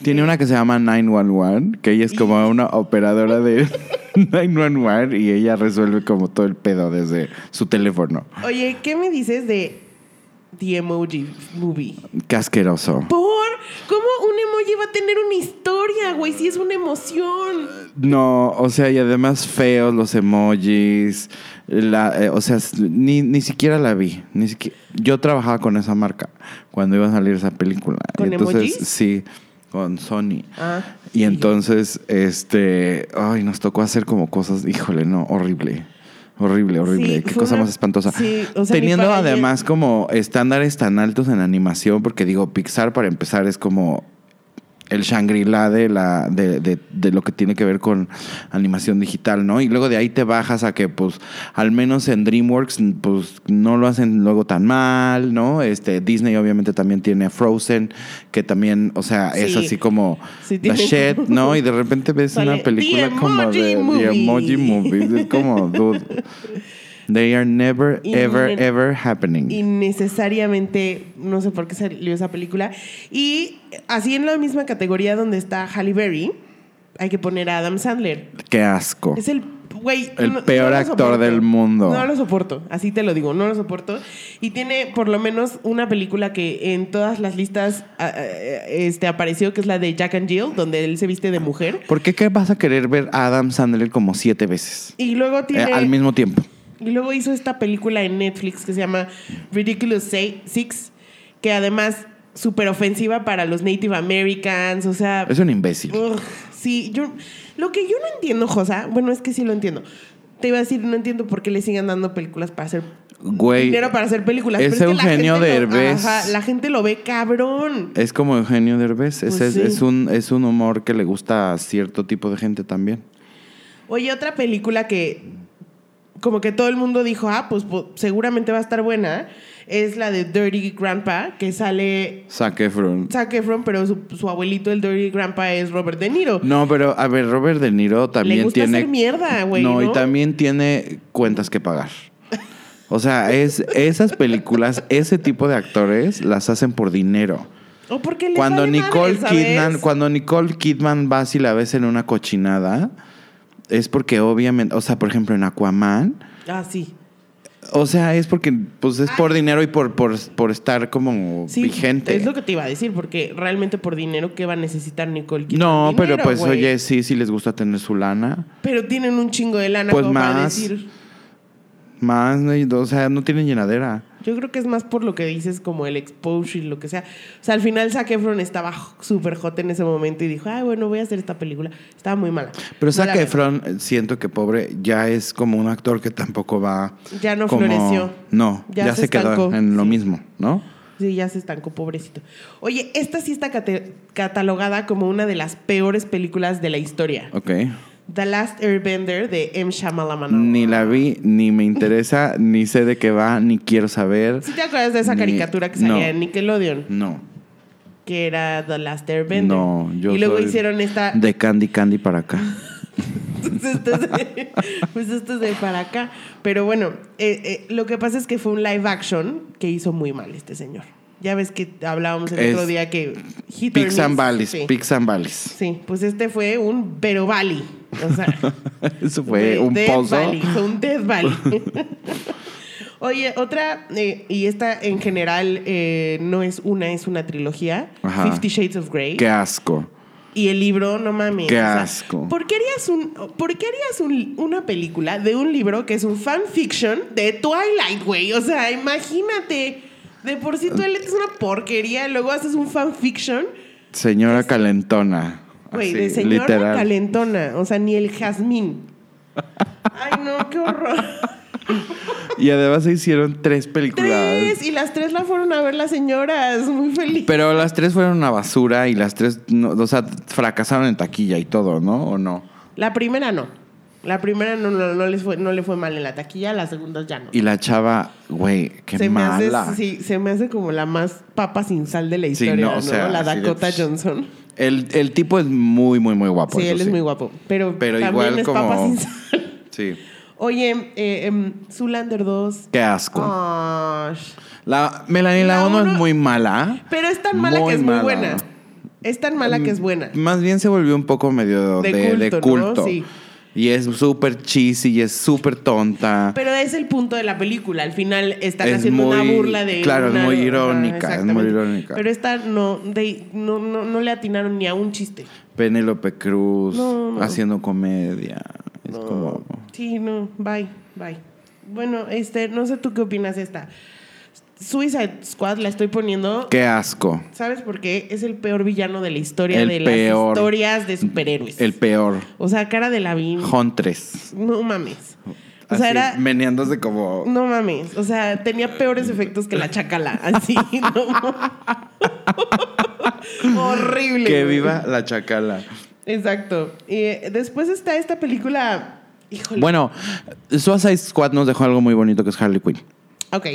[SPEAKER 3] Tiene una que se llama 911, que ella es como una operadora de 911 y ella resuelve como todo el pedo desde su teléfono.
[SPEAKER 2] Oye, ¿qué me dices de The Emoji Movie?
[SPEAKER 3] Qué asqueroso.
[SPEAKER 2] ¿Por? ¿Cómo un emoji va a tener una historia, güey? Si es una emoción.
[SPEAKER 3] No, o sea, y además feos los emojis. La, eh, o sea, s- ni, ni siquiera la vi. Ni siquiera, yo trabajaba con esa marca cuando iba a salir esa película. Y
[SPEAKER 2] ¿Con
[SPEAKER 3] entonces,
[SPEAKER 2] emojis?
[SPEAKER 3] sí, con Sony.
[SPEAKER 2] Ah,
[SPEAKER 3] Y entonces, este, ay, nos tocó hacer como cosas, híjole, no, horrible. Horrible, horrible.
[SPEAKER 2] Sí,
[SPEAKER 3] Qué
[SPEAKER 2] fue
[SPEAKER 3] cosa
[SPEAKER 2] una-
[SPEAKER 3] más espantosa.
[SPEAKER 2] sí, o sea, ni
[SPEAKER 3] Teniendo
[SPEAKER 2] para ayer.
[SPEAKER 3] además como estándares tan altos en animación, porque digo, Pixar para empezar es como el Shangri-La de, la, de, de- de lo que tiene que ver con animación digital, ¿no? Y luego de ahí te bajas a que, pues, al menos en DreamWorks, pues, no lo hacen luego tan mal, ¿no? Este, Disney obviamente también tiene a Frozen, que también, o sea, es
[SPEAKER 2] Sí.
[SPEAKER 3] así como
[SPEAKER 2] Sí,
[SPEAKER 3] the
[SPEAKER 2] tiene
[SPEAKER 3] shit,
[SPEAKER 2] como-
[SPEAKER 3] ¿no? Y de repente ves
[SPEAKER 2] Sale,
[SPEAKER 3] una película
[SPEAKER 2] "The
[SPEAKER 3] como de
[SPEAKER 2] Emoji
[SPEAKER 3] The Emoji
[SPEAKER 2] Movie".
[SPEAKER 3] Movie. Es como, dude, they are never,
[SPEAKER 2] Y-
[SPEAKER 3] ever, ever happening.
[SPEAKER 2] innecesariamente, no sé por qué salió esa película. Y así en la misma categoría donde está Halle Berry, hay que poner a Adam Sandler.
[SPEAKER 3] Qué asco.
[SPEAKER 2] Es el güey,
[SPEAKER 3] Oh. El peor
[SPEAKER 2] lo
[SPEAKER 3] actor del mundo.
[SPEAKER 2] No lo soporto, así te lo digo, no lo soporto. Y tiene por lo menos una película que en todas las listas ah, ah, este, apareció, que es la de Jack and Jill, donde él se viste de mujer.
[SPEAKER 3] ¿Por qué, qué vas a querer ver a Adam Sandler como siete veces?
[SPEAKER 2] Y luego
[SPEAKER 3] Eh,
[SPEAKER 2] tiene.
[SPEAKER 3] al mismo tiempo.
[SPEAKER 2] Y luego hizo esta película en Netflix que se llama Ridiculous Sei- Six, que además súper ofensiva para los Native Americans, o sea...
[SPEAKER 3] Es un imbécil.
[SPEAKER 2] ugh, sí, yo... Lo que yo no entiendo, Josa, bueno, es que sí lo entiendo. Te iba a decir, no entiendo por qué le sigan dando películas para hacer...
[SPEAKER 3] Güey,
[SPEAKER 2] dinero para hacer películas.
[SPEAKER 3] ese
[SPEAKER 2] pero es que la
[SPEAKER 3] Eugenio
[SPEAKER 2] gente lo-
[SPEAKER 3] Derbez.
[SPEAKER 2] ajá, la gente lo ve cabrón.
[SPEAKER 3] Es como Eugenio Derbez. Es,
[SPEAKER 2] Pues
[SPEAKER 3] es-
[SPEAKER 2] sí.
[SPEAKER 3] es un, es un humor que le gusta a cierto tipo de gente también.
[SPEAKER 2] Oye, otra película que como que todo el mundo dijo, ah, pues, po- seguramente va a estar buena, es la de Dirty Grandpa, que sale
[SPEAKER 3] Zac Efron.
[SPEAKER 2] Zac Efron, pero su, su abuelito, el Dirty Grandpa, es Robert De Niro.
[SPEAKER 3] No, pero a ver, Robert De Niro también
[SPEAKER 2] Le gusta
[SPEAKER 3] tiene.
[SPEAKER 2] hacer mierda, güey,
[SPEAKER 3] no, y
[SPEAKER 2] ¿no?
[SPEAKER 3] también tiene cuentas que pagar. O sea, es esas películas, ese tipo de actores las hacen por dinero.
[SPEAKER 2] O porque le
[SPEAKER 3] Cuando
[SPEAKER 2] vale
[SPEAKER 3] Nicole
[SPEAKER 2] madre, ¿sabes?
[SPEAKER 3] Kidman, cuando Nicole Kidman vas y la ves en una cochinada, es porque obviamente, o sea, por ejemplo en Aquaman,
[SPEAKER 2] Ah, sí.
[SPEAKER 3] o sea, es porque pues es por dinero y por por, por estar como
[SPEAKER 2] Ah. Sí,
[SPEAKER 3] vigente.
[SPEAKER 2] Es lo que te iba a decir, porque realmente por dinero, ¿qué va a necesitar Nicole Kidman?
[SPEAKER 3] no, pero
[SPEAKER 2] Dinero,
[SPEAKER 3] pues
[SPEAKER 2] güey.
[SPEAKER 3] oye, sí, sí les gusta tener su lana.
[SPEAKER 2] Pero tienen un chingo de lana
[SPEAKER 3] Pues
[SPEAKER 2] como para
[SPEAKER 3] más.
[SPEAKER 2] decir.
[SPEAKER 3] Más, no, y- o sea, no tienen llenadera.
[SPEAKER 2] Yo creo que es más por lo que dices, como el exposure y lo que sea. O sea, al final Zac Efron estaba j- súper hot en ese momento y dijo, ay, bueno, voy a hacer esta película. Estaba muy mala.
[SPEAKER 3] Pero
[SPEAKER 2] No
[SPEAKER 3] Zac
[SPEAKER 2] la vean.
[SPEAKER 3] Efron, eh, siento que pobre, ya es como un actor que tampoco va.
[SPEAKER 2] Ya no
[SPEAKER 3] como-
[SPEAKER 2] floreció.
[SPEAKER 3] No, ya,
[SPEAKER 2] Ya
[SPEAKER 3] se,
[SPEAKER 2] se
[SPEAKER 3] quedó
[SPEAKER 2] estancó,
[SPEAKER 3] en lo
[SPEAKER 2] sí.
[SPEAKER 3] mismo, ¿no?
[SPEAKER 2] Sí, ya se estancó, pobrecito. Oye, esta sí está cate- catalogada como una de las peores películas de la historia.
[SPEAKER 3] Ok.
[SPEAKER 2] The Last Airbender de M. Shyamalan.
[SPEAKER 3] Ni la vi, ni me interesa, ni sé de qué va, ni quiero saber.
[SPEAKER 2] ¿Sí te acuerdas de esa
[SPEAKER 3] Ni-
[SPEAKER 2] caricatura que salía
[SPEAKER 3] no.
[SPEAKER 2] en Nickelodeon?
[SPEAKER 3] No.
[SPEAKER 2] que era The Last Airbender.
[SPEAKER 3] No, yo
[SPEAKER 2] Y luego
[SPEAKER 3] soy
[SPEAKER 2] hicieron esta.
[SPEAKER 3] De Candy Candy para acá.
[SPEAKER 2] Entonces, esto es de- pues esto es de para acá. Pero bueno, eh, eh, lo que pasa es que fue un live action que hizo muy mal este señor. Ya ves que hablábamos el
[SPEAKER 3] Es
[SPEAKER 2] otro día que. hit or
[SPEAKER 3] Pix and
[SPEAKER 2] miss.
[SPEAKER 3] Valleys,
[SPEAKER 2] Sí.
[SPEAKER 3] Pix and Valleys.
[SPEAKER 2] Sí, pues este fue un Vero Valley. O sea,
[SPEAKER 3] Eso fue
[SPEAKER 2] de-
[SPEAKER 3] un
[SPEAKER 2] Death
[SPEAKER 3] pozo.
[SPEAKER 2] Valley, fue un Death Valley. Oye, otra, eh, y esta en general eh, no es una, es una trilogía.
[SPEAKER 3] Ajá.
[SPEAKER 2] Fifty Shades of Grey.
[SPEAKER 3] Qué asco.
[SPEAKER 2] Y el libro, no mames.
[SPEAKER 3] Qué
[SPEAKER 2] o sea,
[SPEAKER 3] asco.
[SPEAKER 2] ¿Por qué harías, un, por qué harías un- una película de un libro que es un fanfiction de Twilight, güey? O sea, imagínate. De por sí Twilight es una porquería, luego haces un fanfiction,
[SPEAKER 3] Señora calentona.
[SPEAKER 2] güey,
[SPEAKER 3] Así,
[SPEAKER 2] de señora
[SPEAKER 3] literal.
[SPEAKER 2] calentona. O sea, ni el jazmín. Ay, no, qué horror.
[SPEAKER 3] Y además se hicieron tres películas.
[SPEAKER 2] tres, y las tres la fueron a ver las señoras, muy feliz.
[SPEAKER 3] Pero las tres fueron una basura y las tres, no- o sea, fracasaron en taquilla y todo, ¿no? ¿O no?
[SPEAKER 2] La primera no. La primera no, no, no les fue, no le fue mal en la taquilla, la segunda ya no.
[SPEAKER 3] Y la chava, güey, qué
[SPEAKER 2] se Me
[SPEAKER 3] mala.
[SPEAKER 2] hace, sí, se me hace como la más papa sin sal de la
[SPEAKER 3] Sí,
[SPEAKER 2] historia,
[SPEAKER 3] no, o
[SPEAKER 2] ¿no?
[SPEAKER 3] sea,
[SPEAKER 2] la
[SPEAKER 3] así de-
[SPEAKER 2] Dakota Johnson.
[SPEAKER 3] el, el tipo es muy, muy, muy guapo.
[SPEAKER 2] sí,
[SPEAKER 3] eso
[SPEAKER 2] él es muy guapo. Pero,
[SPEAKER 3] Pero
[SPEAKER 2] también
[SPEAKER 3] igual
[SPEAKER 2] es
[SPEAKER 3] como-
[SPEAKER 2] papa sin sal.
[SPEAKER 3] Sí.
[SPEAKER 2] Oye, eh, em, Zoolander 2.
[SPEAKER 3] Qué asco.
[SPEAKER 2] Ash.
[SPEAKER 3] La Melanie, la,
[SPEAKER 2] Ah. La
[SPEAKER 3] uno
[SPEAKER 2] uno-
[SPEAKER 3] es muy mala.
[SPEAKER 2] Pero es tan mala
[SPEAKER 3] Muy
[SPEAKER 2] que es
[SPEAKER 3] mala. Mm.
[SPEAKER 2] muy buena. Es tan mala que es buena.
[SPEAKER 3] Más bien se volvió un poco medio
[SPEAKER 2] De
[SPEAKER 3] de, de culto.
[SPEAKER 2] culto, ¿no? Sí.
[SPEAKER 3] Y es súper cheesy y es súper tonta.
[SPEAKER 2] Pero es el punto de la película. Al final están
[SPEAKER 3] Es
[SPEAKER 2] haciendo una
[SPEAKER 3] muy-
[SPEAKER 2] burla de.
[SPEAKER 3] claro, es
[SPEAKER 2] una-
[SPEAKER 3] muy
[SPEAKER 2] ajá,
[SPEAKER 3] irónica, es muy
[SPEAKER 2] exactamente.
[SPEAKER 3] irónica.
[SPEAKER 2] Pero esta no, they- no, no, no le atinaron ni a un chiste.
[SPEAKER 3] Penélope Cruz
[SPEAKER 2] No, no.
[SPEAKER 3] haciendo comedia. Es
[SPEAKER 2] No.
[SPEAKER 3] como.
[SPEAKER 2] Sí, no, bye, bye. Bueno, este, no sé tú qué opinas de esta. Suicide Squad la estoy poniendo.
[SPEAKER 3] Qué asco.
[SPEAKER 2] ¿Sabes por qué? Es el peor villano de la historia
[SPEAKER 3] El
[SPEAKER 2] de
[SPEAKER 3] peor.
[SPEAKER 2] las historias de superhéroes.
[SPEAKER 3] El peor.
[SPEAKER 2] o sea, cara de Lavín.
[SPEAKER 3] Huntress.
[SPEAKER 2] No mames. O
[SPEAKER 3] Así,
[SPEAKER 2] sea, era.
[SPEAKER 3] meneándose como.
[SPEAKER 2] No mames. O sea, tenía peores efectos que la chacala. Así, no. Horrible.
[SPEAKER 3] Que
[SPEAKER 2] güey.
[SPEAKER 3] viva la chacala.
[SPEAKER 2] Exacto. Y eh, después está esta película. Híjole.
[SPEAKER 3] Bueno, Suicide Squad nos dejó algo muy bonito que es Harley Quinn.
[SPEAKER 2] Ok.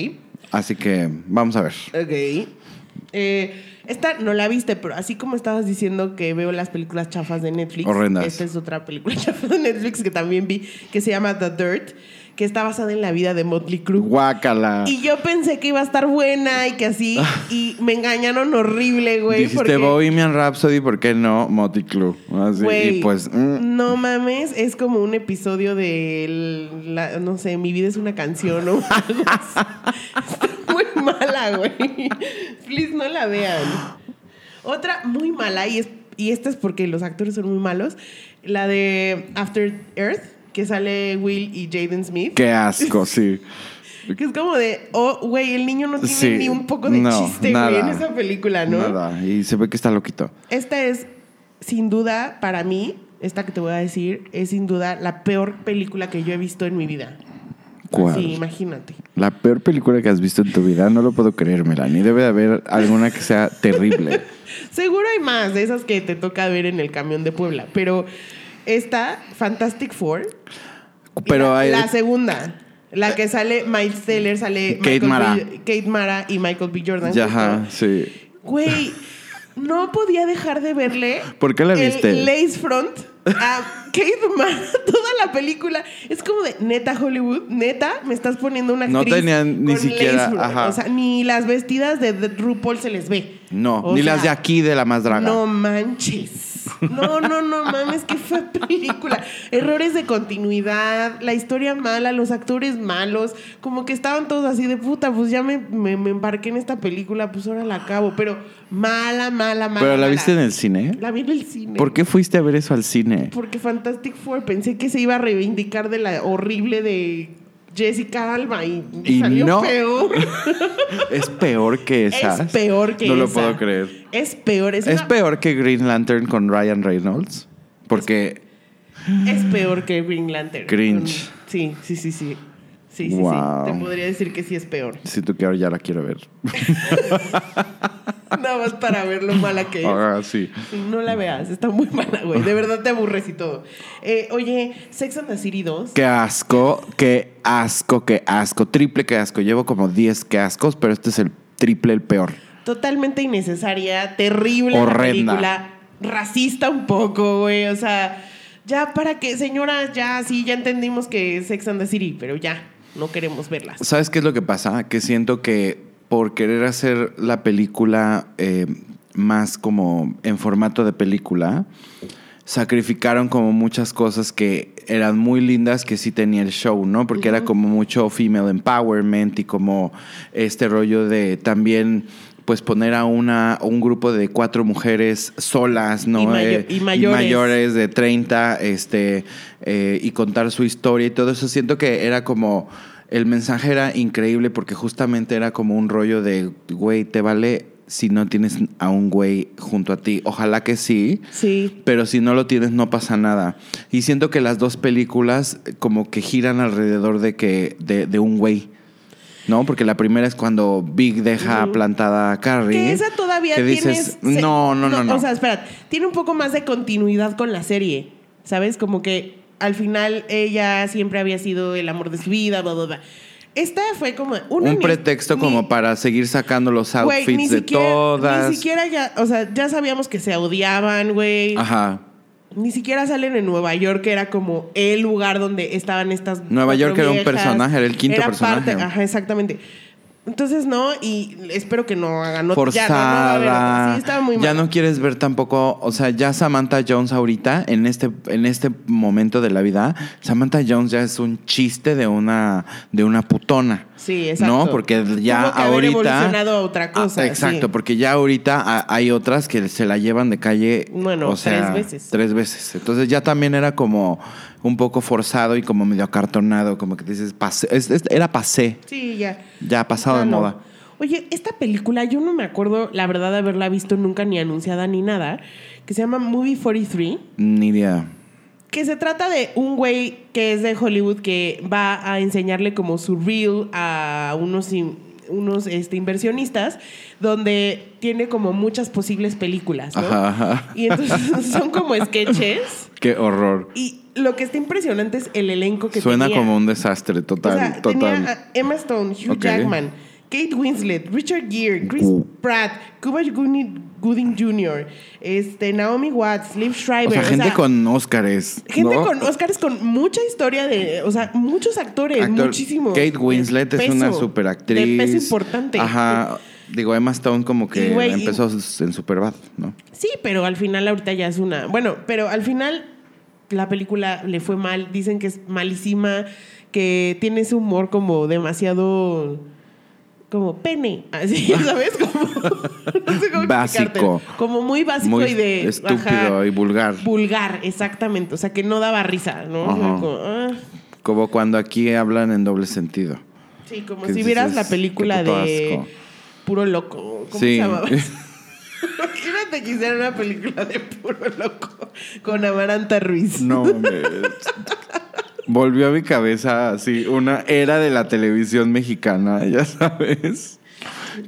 [SPEAKER 3] Así que vamos a ver.
[SPEAKER 2] Ok. Eh, esta no la viste, pero así como estabas diciendo que veo las películas chafas de Netflix,
[SPEAKER 3] Horrendas.
[SPEAKER 2] esta es otra película chafa de Netflix que también vi, que se llama The Dirt, que está basada en la vida de Motley Crue.
[SPEAKER 3] Guácala.
[SPEAKER 2] Y yo pensé que iba a estar buena y que así, y me engañaron horrible, güey.
[SPEAKER 3] Ah. Dijiste
[SPEAKER 2] porque-
[SPEAKER 3] Bohemian Rhapsody, ¿por qué no Motley Club?
[SPEAKER 2] Güey,
[SPEAKER 3] y pues. mm,
[SPEAKER 2] no mames, es como un episodio de, el- la- no sé, mi vida es una canción o algo así. Está muy mala, güey. Please no la vean. Otra muy mala, y, es, y esta es porque los actores son muy malos, la de After Earth, que sale Will y Jaden Smith.
[SPEAKER 3] qué asco, sí.
[SPEAKER 2] Que es como de, oh, güey, el niño no tiene
[SPEAKER 3] Sí,
[SPEAKER 2] ni un poco de
[SPEAKER 3] no,
[SPEAKER 2] chiste, güey,
[SPEAKER 3] nada,
[SPEAKER 2] en esa película, ¿no?
[SPEAKER 3] Nada. Y se ve que está loquito.
[SPEAKER 2] Esta es, sin duda, para mí, esta que te voy a decir, es sin duda la peor película que yo he visto en mi vida.
[SPEAKER 3] ¿Cuál?
[SPEAKER 2] Sí, imagínate.
[SPEAKER 3] La peor película que has visto en tu vida, no lo puedo creer, Melanie. Debe de haber alguna que sea terrible.
[SPEAKER 2] Seguro hay más de esas que te toca ver en el camión de Puebla, pero esta, Fantastic Four, y
[SPEAKER 3] Pero
[SPEAKER 2] la,
[SPEAKER 3] hay. Eh,
[SPEAKER 2] la segunda. La que sale Miles Teller, sale
[SPEAKER 3] Kate
[SPEAKER 2] Michael
[SPEAKER 3] Mara.
[SPEAKER 2] B- Kate Mara y Michael B. Jordan.
[SPEAKER 3] Ya, ajá,
[SPEAKER 2] justo.
[SPEAKER 3] sí.
[SPEAKER 2] Güey, no podía dejar de verle.
[SPEAKER 3] ¿Por qué la
[SPEAKER 2] el
[SPEAKER 3] viste?
[SPEAKER 2] lace front a Kate Mara toda la película. Es como de neta Hollywood, neta, me estás poniendo una
[SPEAKER 3] No
[SPEAKER 2] actriz
[SPEAKER 3] tenían ni
[SPEAKER 2] con
[SPEAKER 3] siquiera,
[SPEAKER 2] lace front.
[SPEAKER 3] ajá.
[SPEAKER 2] O sea, ni las vestidas de The RuPaul se les ve.
[SPEAKER 3] No,
[SPEAKER 2] O
[SPEAKER 3] ni las de
[SPEAKER 2] sea,
[SPEAKER 3] aquí de la más draga.
[SPEAKER 2] no manches. No, no, no mames, qué fue película. Errores de continuidad, la historia mala, los actores malos. Como que estaban todos así de puta, pues ya me, me- me embarqué en esta película, pues ahora la acabo. Pero mala, mala, mala.
[SPEAKER 3] Pero la
[SPEAKER 2] mala.
[SPEAKER 3] viste en el cine.
[SPEAKER 2] La vi en el cine.
[SPEAKER 3] ¿Por qué fuiste a ver eso al cine?
[SPEAKER 2] Porque Fantastic Four pensé que se iba a reivindicar de la horrible de Jessica Alba y,
[SPEAKER 3] Y
[SPEAKER 2] salió
[SPEAKER 3] no.
[SPEAKER 2] peor.
[SPEAKER 3] Es peor que esas.
[SPEAKER 2] Es peor que
[SPEAKER 3] No lo
[SPEAKER 2] esa.
[SPEAKER 3] puedo creer.
[SPEAKER 2] Es peor. Es,
[SPEAKER 3] Es
[SPEAKER 2] una-
[SPEAKER 3] peor que Green Lantern con Ryan Reynolds. Porque.
[SPEAKER 2] Es peor que Green Lantern.
[SPEAKER 3] Cringe.
[SPEAKER 2] Mm, Sí, sí, sí, sí. Sí, sí,
[SPEAKER 3] Wow.
[SPEAKER 2] sí. Te podría decir que sí es peor.
[SPEAKER 3] Siento que ahora ya la quiero ver.
[SPEAKER 2] Nada más para ver lo mala que es.
[SPEAKER 3] Ahora Ah, sí.
[SPEAKER 2] No la veas, está muy mala, güey. De verdad te aburres y todo. Eh, oye, Sex and the City 2.
[SPEAKER 3] Qué asco, qué asco, qué asco. Triple qué asco. Llevo como 10 qué ascos, pero este es el triple, el peor.
[SPEAKER 2] totalmente innecesaria, terrible la
[SPEAKER 3] Horrenda.
[SPEAKER 2] película, racista un poco, güey, o sea, ya para que, señoras, ya sí, ya entendimos que es Sex and the City, pero ya, no queremos verlas.
[SPEAKER 3] ¿Sabes qué es lo que pasa? Que siento que por querer hacer la película eh, más como en formato de película, sacrificaron como muchas cosas que eran muy lindas que sí tenía el show, ¿no? Porque era como mucho female empowerment y como este rollo de también pues poner a una a un grupo de cuatro mujeres solas, ¿no?
[SPEAKER 2] Y mayo-
[SPEAKER 3] Eh,
[SPEAKER 2] y mayores.
[SPEAKER 3] mayores de 30, este, eh, y contar su historia y todo eso. Siento que era como, el mensaje era increíble porque justamente era como un rollo de, güey, te vale si no tienes a un güey junto a ti. Ojalá que sí,
[SPEAKER 2] Sí.
[SPEAKER 3] pero si no lo tienes no pasa nada. Y siento que las dos películas eh, como que giran alrededor de que de, de un güey. ¿No? Porque la primera es cuando Big deja plantada a Carrie.
[SPEAKER 2] Que esa todavía
[SPEAKER 3] que
[SPEAKER 2] tienes.
[SPEAKER 3] dices, no, no, no, no.
[SPEAKER 2] O sea, espera, tiene un poco más de continuidad con la serie. ¿Sabes? Como que al final ella siempre había sido el amor de su vida, bla, bla, bla. Esta fue como una
[SPEAKER 3] un
[SPEAKER 2] ni-
[SPEAKER 3] pretexto
[SPEAKER 2] ni-
[SPEAKER 3] como para seguir sacando los
[SPEAKER 2] güey,
[SPEAKER 3] outfits
[SPEAKER 2] ni
[SPEAKER 3] de
[SPEAKER 2] siquiera-
[SPEAKER 3] todas.
[SPEAKER 2] Ni siquiera ya, o sea, ya sabíamos que se odiaban, güey.
[SPEAKER 3] Ajá.
[SPEAKER 2] Ni siquiera salen en Nueva York, que era como el lugar donde estaban estas.
[SPEAKER 3] Nueva
[SPEAKER 2] cuatro
[SPEAKER 3] York era un personaje, era el quinto
[SPEAKER 2] Era
[SPEAKER 3] personaje.
[SPEAKER 2] parte- ajá, exactamente. Entonces, no, y espero que no hagan otra. Ya, no, no
[SPEAKER 3] Forzada.
[SPEAKER 2] va a haber otra. Sí, estaba muy mal.
[SPEAKER 3] ya no quieres ver tampoco, o sea, ya Samantha Jones ahorita, en este, en este momento de la vida, Samantha Jones ya es un chiste de una, de una putona.
[SPEAKER 2] Sí, exacto.
[SPEAKER 3] No, porque ya
[SPEAKER 2] Tuvo que haber
[SPEAKER 3] ahorita.
[SPEAKER 2] evolucionado a otra cosa,
[SPEAKER 3] Ah, exacto,
[SPEAKER 2] sí.
[SPEAKER 3] porque ya ahorita ha- hay otras que se la llevan de calle.
[SPEAKER 2] Bueno,
[SPEAKER 3] o sea,
[SPEAKER 2] tres veces.
[SPEAKER 3] Tres veces. Entonces ya también era como un poco forzado y como medio acartonado, como que dices, pasé. es- es- era pasé,
[SPEAKER 2] Sí, ya.
[SPEAKER 3] ya pasado
[SPEAKER 2] Ah,
[SPEAKER 3] de
[SPEAKER 2] no.
[SPEAKER 3] moda.
[SPEAKER 2] Oye, esta película yo no me acuerdo, la verdad, de haberla visto nunca ni anunciada ni nada, que se llama Movie 43,
[SPEAKER 3] Ni idea.
[SPEAKER 2] que se trata de un güey que es de Hollywood que va a enseñarle como su reel a unos, in- unos este, inversionistas, donde tiene como muchas posibles películas, ¿no?
[SPEAKER 3] Ajá, ajá.
[SPEAKER 2] Y entonces son como sketches.
[SPEAKER 3] Qué horror.
[SPEAKER 2] Y lo que está impresionante es el elenco que
[SPEAKER 3] Suena
[SPEAKER 2] tenía.
[SPEAKER 3] como un desastre, total,
[SPEAKER 2] O sea,
[SPEAKER 3] total.
[SPEAKER 2] tenía a Emma Stone, Hugh
[SPEAKER 3] Ok.
[SPEAKER 2] Jackman, Kate Winslet, Richard Gere, Chris
[SPEAKER 3] Gu-
[SPEAKER 2] Pratt, Cuba Gooding, Gooding Jr., este, Naomi Watts, Liv Schreiber.
[SPEAKER 3] o sea,
[SPEAKER 2] o
[SPEAKER 3] gente
[SPEAKER 2] sea,
[SPEAKER 3] con Óscares.
[SPEAKER 2] gente
[SPEAKER 3] ¿no?
[SPEAKER 2] con Oscars con mucha historia de, o sea, muchos actores,
[SPEAKER 3] Actor-
[SPEAKER 2] muchísimos.
[SPEAKER 3] Kate Winslet
[SPEAKER 2] De
[SPEAKER 3] es una
[SPEAKER 2] peso,
[SPEAKER 3] superactriz.
[SPEAKER 2] De peso importante.
[SPEAKER 3] Ajá. Digo, Emma Stone como que
[SPEAKER 2] Y, güey,
[SPEAKER 3] empezó en Superbad, ¿no?
[SPEAKER 2] Sí, pero al final ahorita ya es una. Bueno, pero al final la película le fue mal. Dicen que es malísima, que tiene ese humor como demasiado. como pene. Así, ¿sabes? Como. no sé cómo
[SPEAKER 3] Básico.
[SPEAKER 2] explicártelo. Como muy básico
[SPEAKER 3] Muy
[SPEAKER 2] y de.
[SPEAKER 3] estúpido
[SPEAKER 2] ajá,
[SPEAKER 3] y vulgar.
[SPEAKER 2] Vulgar, exactamente. O sea, que no daba risa, ¿no? O sea,
[SPEAKER 3] Ajá.
[SPEAKER 2] como, ah.
[SPEAKER 3] Como cuando aquí hablan en doble sentido.
[SPEAKER 2] Sí, como
[SPEAKER 3] Que
[SPEAKER 2] si vieras la
[SPEAKER 3] dices,
[SPEAKER 2] película
[SPEAKER 3] qué puto
[SPEAKER 2] de.
[SPEAKER 3] asco.
[SPEAKER 2] Puro loco. ¿Cómo
[SPEAKER 3] Sí.
[SPEAKER 2] se llamaba? Imagínate que hicieran una película de puro loco con Amaranta Ruiz.
[SPEAKER 3] No, hombre. Volvió a mi cabeza así una era de la televisión mexicana, ya sabes.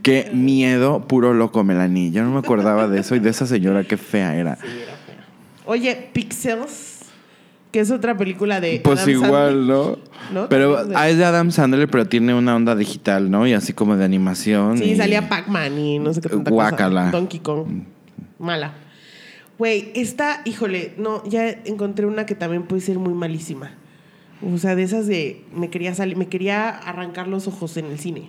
[SPEAKER 3] Qué miedo puro loco, Melanie. Yo no me acordaba de eso y de esa señora qué fea era.
[SPEAKER 2] Oye, Pixels, que es otra película de.
[SPEAKER 3] Pues
[SPEAKER 2] Adam
[SPEAKER 3] igual, ¿no?
[SPEAKER 2] ¿No?
[SPEAKER 3] Pero
[SPEAKER 2] También de-
[SPEAKER 3] ah, es de Adam Sandler, pero tiene una onda digital, ¿no? Y así como de animación.
[SPEAKER 2] Sandler. Sí,
[SPEAKER 3] y-
[SPEAKER 2] salía Pac-Man y no sé qué tanta
[SPEAKER 3] Guácala. Mm.
[SPEAKER 2] cosa. Donkey Kong. Mala. Güey, esta, híjole, no, ya encontré una que también puede ser muy malísima. O sea, de esas de me quería salir, me quería arrancar los ojos en el cine.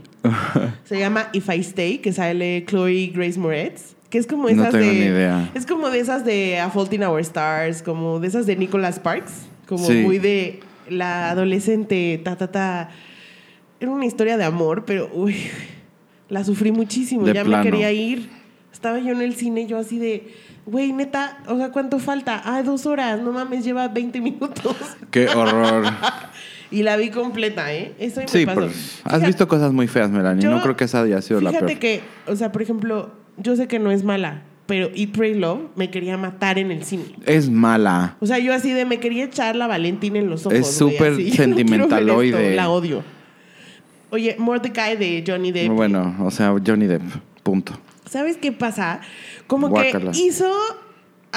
[SPEAKER 2] Se llama If I Stay, que sale Chloe Grace Moretz, que es como
[SPEAKER 3] No
[SPEAKER 2] esas
[SPEAKER 3] tengo
[SPEAKER 2] de
[SPEAKER 3] ni idea.
[SPEAKER 2] es como de esas de A Fault in Our Stars, como de esas de Nicholas Sparks, como
[SPEAKER 3] Sí.
[SPEAKER 2] muy de la adolescente ta ta ta. Era una historia de amor, pero uy, la sufrí muchísimo,
[SPEAKER 3] De
[SPEAKER 2] ya
[SPEAKER 3] plano.
[SPEAKER 2] me quería ir. Estaba yo en el cine, yo así de, güey, neta, o sea, ¿cuánto falta? Ah, dos horas, no mames, lleva 20 minutos.
[SPEAKER 3] Qué horror.
[SPEAKER 2] Y la vi completa, ¿eh? Eso y me
[SPEAKER 3] Sí,
[SPEAKER 2] pasó.
[SPEAKER 3] pero has
[SPEAKER 2] Fíjate-
[SPEAKER 3] visto cosas muy feas, Melanie.
[SPEAKER 2] yo-
[SPEAKER 3] no creo que esa haya sido la
[SPEAKER 2] Fíjate
[SPEAKER 3] peor.
[SPEAKER 2] que, o sea, por ejemplo, yo sé que no es mala, pero Eat, Pray, Love me quería matar en el cine.
[SPEAKER 3] Es mala.
[SPEAKER 2] O sea, yo así de me quería echar la Valentina en los ojos.
[SPEAKER 3] Es
[SPEAKER 2] güey,
[SPEAKER 3] súper
[SPEAKER 2] así, yo no quiero ver esto,
[SPEAKER 3] sentimentaloide.
[SPEAKER 2] la odio. Oye, Mordecai de Johnny Depp.
[SPEAKER 3] Bueno, o sea, Johnny Depp, punto.
[SPEAKER 2] ¿Sabes qué pasa? Como
[SPEAKER 3] Guácala.
[SPEAKER 2] que hizo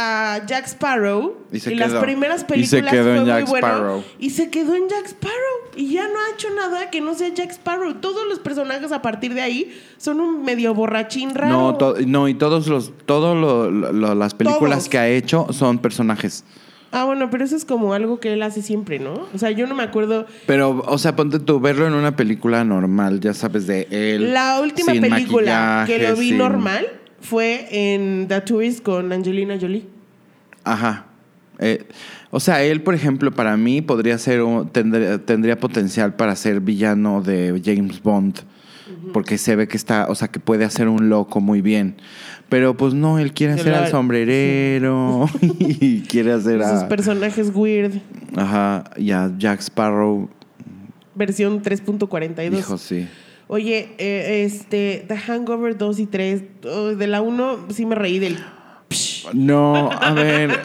[SPEAKER 2] a Jack Sparrow
[SPEAKER 3] Y se
[SPEAKER 2] las
[SPEAKER 3] quedó.
[SPEAKER 2] primeras
[SPEAKER 3] Y se
[SPEAKER 2] películas
[SPEAKER 3] quedó en
[SPEAKER 2] fue
[SPEAKER 3] Jack
[SPEAKER 2] muy bueno
[SPEAKER 3] Sparrow.
[SPEAKER 2] y se quedó en Jack Sparrow y ya no ha hecho nada que no sea Jack Sparrow. Todos los personajes a partir de ahí son un medio borrachín raro.
[SPEAKER 3] No, to- no, y todos los, todos lo- lo- lo- las películas
[SPEAKER 2] Todos.
[SPEAKER 3] que ha hecho son personajes.
[SPEAKER 2] Ah, bueno, pero eso es como algo que él hace siempre, ¿no? O sea, yo no me acuerdo.
[SPEAKER 3] Pero, o sea, ponte tú, verlo en una película normal, ya sabes de él.
[SPEAKER 2] La última
[SPEAKER 3] sin
[SPEAKER 2] película que
[SPEAKER 3] maquillaje,
[SPEAKER 2] lo vi
[SPEAKER 3] sin-
[SPEAKER 2] normal fue en The Tourist con Angelina Jolie.
[SPEAKER 3] Ajá. Eh, o sea, él, por ejemplo, para mí podría ser, un- tendría, tendría potencial para ser villano de James Bond. Porque se ve que está, o sea, que puede hacer un loco muy bien. Pero pues no, él quiere
[SPEAKER 2] Se
[SPEAKER 3] hacer
[SPEAKER 2] lo- Pues
[SPEAKER 3] al sombrerero y quiere hacer
[SPEAKER 2] Sus
[SPEAKER 3] a,
[SPEAKER 2] personajes weird,
[SPEAKER 3] ajá, y a Jack Sparrow.
[SPEAKER 2] versión 3.42.
[SPEAKER 3] Hijo, sí.
[SPEAKER 2] Oye, eh, este, The Hangover 2 y 3, oh, de la 1 sí me reí del...
[SPEAKER 3] No, a ver,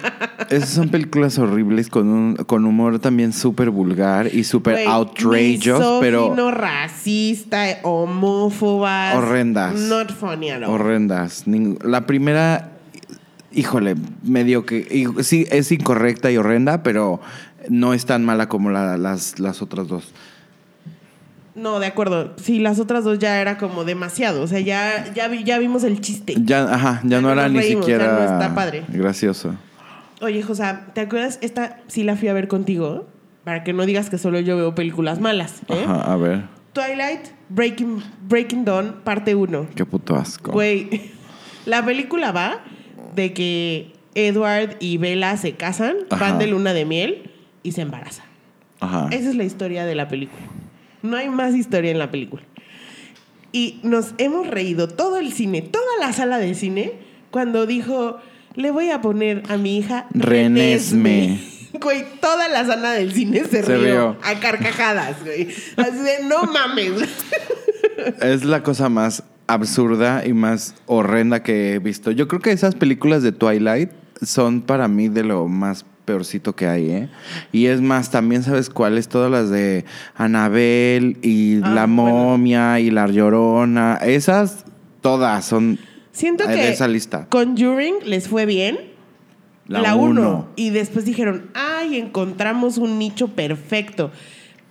[SPEAKER 3] esas son películas horribles con, un, con humor también súper vulgar y súper
[SPEAKER 2] Güey,
[SPEAKER 3] outrageous, pero...
[SPEAKER 2] misógino, racista, homófobas.
[SPEAKER 3] Horrendas.
[SPEAKER 2] Not funny at all.
[SPEAKER 3] Horrendas. Ning- La primera, híjole, medio que. y- Sí, es incorrecta y horrenda, pero no es tan mala como la- las, las otras dos.
[SPEAKER 2] no, de acuerdo. Sí, las otras dos ya era como demasiado. O sea, ya, ya, vi- ya vimos el chiste.
[SPEAKER 3] Ya, ajá, ya,
[SPEAKER 2] Ya
[SPEAKER 3] no
[SPEAKER 2] no
[SPEAKER 3] era
[SPEAKER 2] nos
[SPEAKER 3] ni
[SPEAKER 2] reímos, ya
[SPEAKER 3] siquiera.
[SPEAKER 2] no está padre.
[SPEAKER 3] Gracioso.
[SPEAKER 2] Oye, Josa, ¿te acuerdas? Esta sí la fui a ver contigo. Para que no digas que solo yo veo películas malas. ¿eh?
[SPEAKER 3] Ajá, a ver.
[SPEAKER 2] Twilight, Breaking, Breaking Dawn, parte 1.
[SPEAKER 3] Qué puto asco.
[SPEAKER 2] Güey, la película va de que Edward y Bella se casan,
[SPEAKER 3] Ajá. Ah.
[SPEAKER 2] van de luna de miel y se embarazan.
[SPEAKER 3] Ajá.
[SPEAKER 2] Esa es la historia de la película. No hay más historia en la película. Y nos hemos reído todo el cine, toda la sala de cine, cuando dijo, le voy a poner a mi hija
[SPEAKER 3] Renesme.
[SPEAKER 2] Renesme. Güey, toda la sala del cine
[SPEAKER 3] Se
[SPEAKER 2] se, rió,
[SPEAKER 3] rió.
[SPEAKER 2] a carcajadas, güey. Así de, no mames.
[SPEAKER 3] Es la cosa más absurda y más horrenda que he visto. Yo creo que esas películas de Twilight son para mí de lo más peorcito que hay, ¿eh? Y es más, también sabes cuáles, todas las de Anabel y
[SPEAKER 2] Ah,
[SPEAKER 3] La
[SPEAKER 2] bueno.
[SPEAKER 3] Momia y La Llorona, esas todas son
[SPEAKER 2] Siento
[SPEAKER 3] de
[SPEAKER 2] que
[SPEAKER 3] esa lista.
[SPEAKER 2] Conjuring les fue bien, La
[SPEAKER 3] uno.
[SPEAKER 2] 1. Y después dijeron, ay, encontramos un nicho perfecto.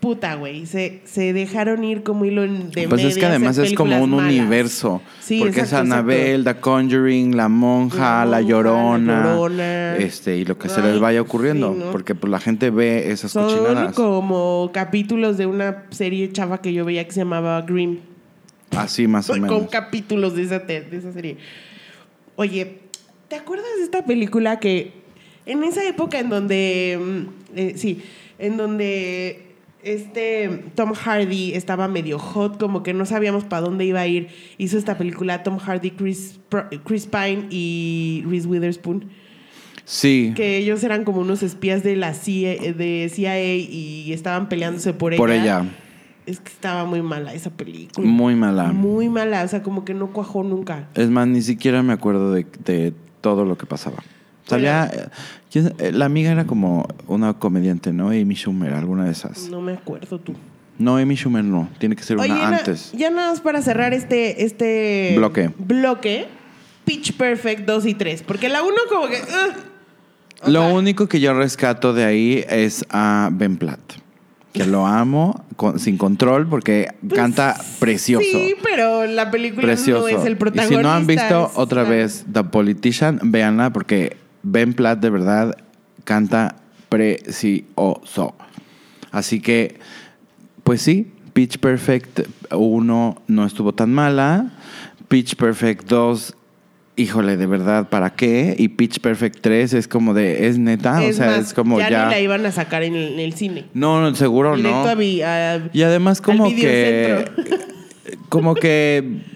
[SPEAKER 2] Puta, güey. Se, se dejaron ir como hilo de
[SPEAKER 3] Pues
[SPEAKER 2] media
[SPEAKER 3] es que
[SPEAKER 2] a hacer
[SPEAKER 3] además es como
[SPEAKER 2] películas
[SPEAKER 3] un
[SPEAKER 2] malas.
[SPEAKER 3] universo.
[SPEAKER 2] Sí,
[SPEAKER 3] porque
[SPEAKER 2] exacto,
[SPEAKER 3] es
[SPEAKER 2] exacto.
[SPEAKER 3] Anabel, The Conjuring, La Monja,
[SPEAKER 2] La
[SPEAKER 3] La,
[SPEAKER 2] Monja, La
[SPEAKER 3] Llorona,
[SPEAKER 2] Llorona.
[SPEAKER 3] Este, y lo que se
[SPEAKER 2] Ay,
[SPEAKER 3] les vaya ocurriendo.
[SPEAKER 2] sí, ¿no?
[SPEAKER 3] Porque pues la gente ve esas
[SPEAKER 2] Son
[SPEAKER 3] cochinadas.
[SPEAKER 2] como capítulos de una serie chava que yo veía que se llamaba Grimm.
[SPEAKER 3] Así más o
[SPEAKER 2] Son como
[SPEAKER 3] menos.
[SPEAKER 2] capítulos de esa, te- de esa serie. Oye, ¿te acuerdas de esta película que en esa época en donde, mm, eh, sí, en donde este Tom Hardy estaba medio hot, como que no sabíamos para dónde iba a ir, hizo esta película Tom Hardy, Chris, Pro- Chris Pine y Reese Witherspoon,
[SPEAKER 3] Sí.
[SPEAKER 2] que ellos eran como unos espías de la CIA, de CIA y estaban peleándose por ella.
[SPEAKER 3] Por ella.
[SPEAKER 2] Es que estaba muy mala esa película.
[SPEAKER 3] Muy mala.
[SPEAKER 2] Muy mala, o sea, como que no cuajó nunca.
[SPEAKER 3] Es más, ni siquiera me acuerdo de, de todo lo que pasaba. Sabía. eh, ¿quién- eh, La amiga era como una comediante, ¿no? Amy Schumer, alguna de esas.
[SPEAKER 2] No me acuerdo tú.
[SPEAKER 3] No, Amy Schumer no. Tiene que ser
[SPEAKER 2] Oye,
[SPEAKER 3] una
[SPEAKER 2] na-
[SPEAKER 3] antes.
[SPEAKER 2] ya nada más para cerrar este, este
[SPEAKER 3] Bloque.
[SPEAKER 2] bloque, Pitch Perfect 2 y 3. Porque la 1 como que... ugh. O
[SPEAKER 3] Lo
[SPEAKER 2] sea,
[SPEAKER 3] único que yo rescato de ahí es a Ben Platt. Que lo amo con- sin control porque
[SPEAKER 2] pues,
[SPEAKER 3] canta precioso.
[SPEAKER 2] Sí, pero la película
[SPEAKER 3] precioso.
[SPEAKER 2] no es el
[SPEAKER 3] y
[SPEAKER 2] protagonista.
[SPEAKER 3] si no han visto
[SPEAKER 2] es-
[SPEAKER 3] otra
[SPEAKER 2] ah,
[SPEAKER 3] vez The Politician, véanla porque Ben Platt de verdad canta precioso. Así que, pues sí, Pitch Perfect 1 no estuvo tan mala. Pitch Perfect 2, híjole, de verdad, ¿para qué? Y Pitch Perfect 3 es como de, es neta,
[SPEAKER 2] es
[SPEAKER 3] ah, o sea,
[SPEAKER 2] más,
[SPEAKER 3] es como ya.
[SPEAKER 2] ya ni la iban a sacar en el, en el cine.
[SPEAKER 3] No, no, seguro
[SPEAKER 2] Directo
[SPEAKER 3] no.
[SPEAKER 2] a vi- a-
[SPEAKER 3] Y además como
[SPEAKER 2] Al
[SPEAKER 3] que
[SPEAKER 2] videocentro.
[SPEAKER 3] como que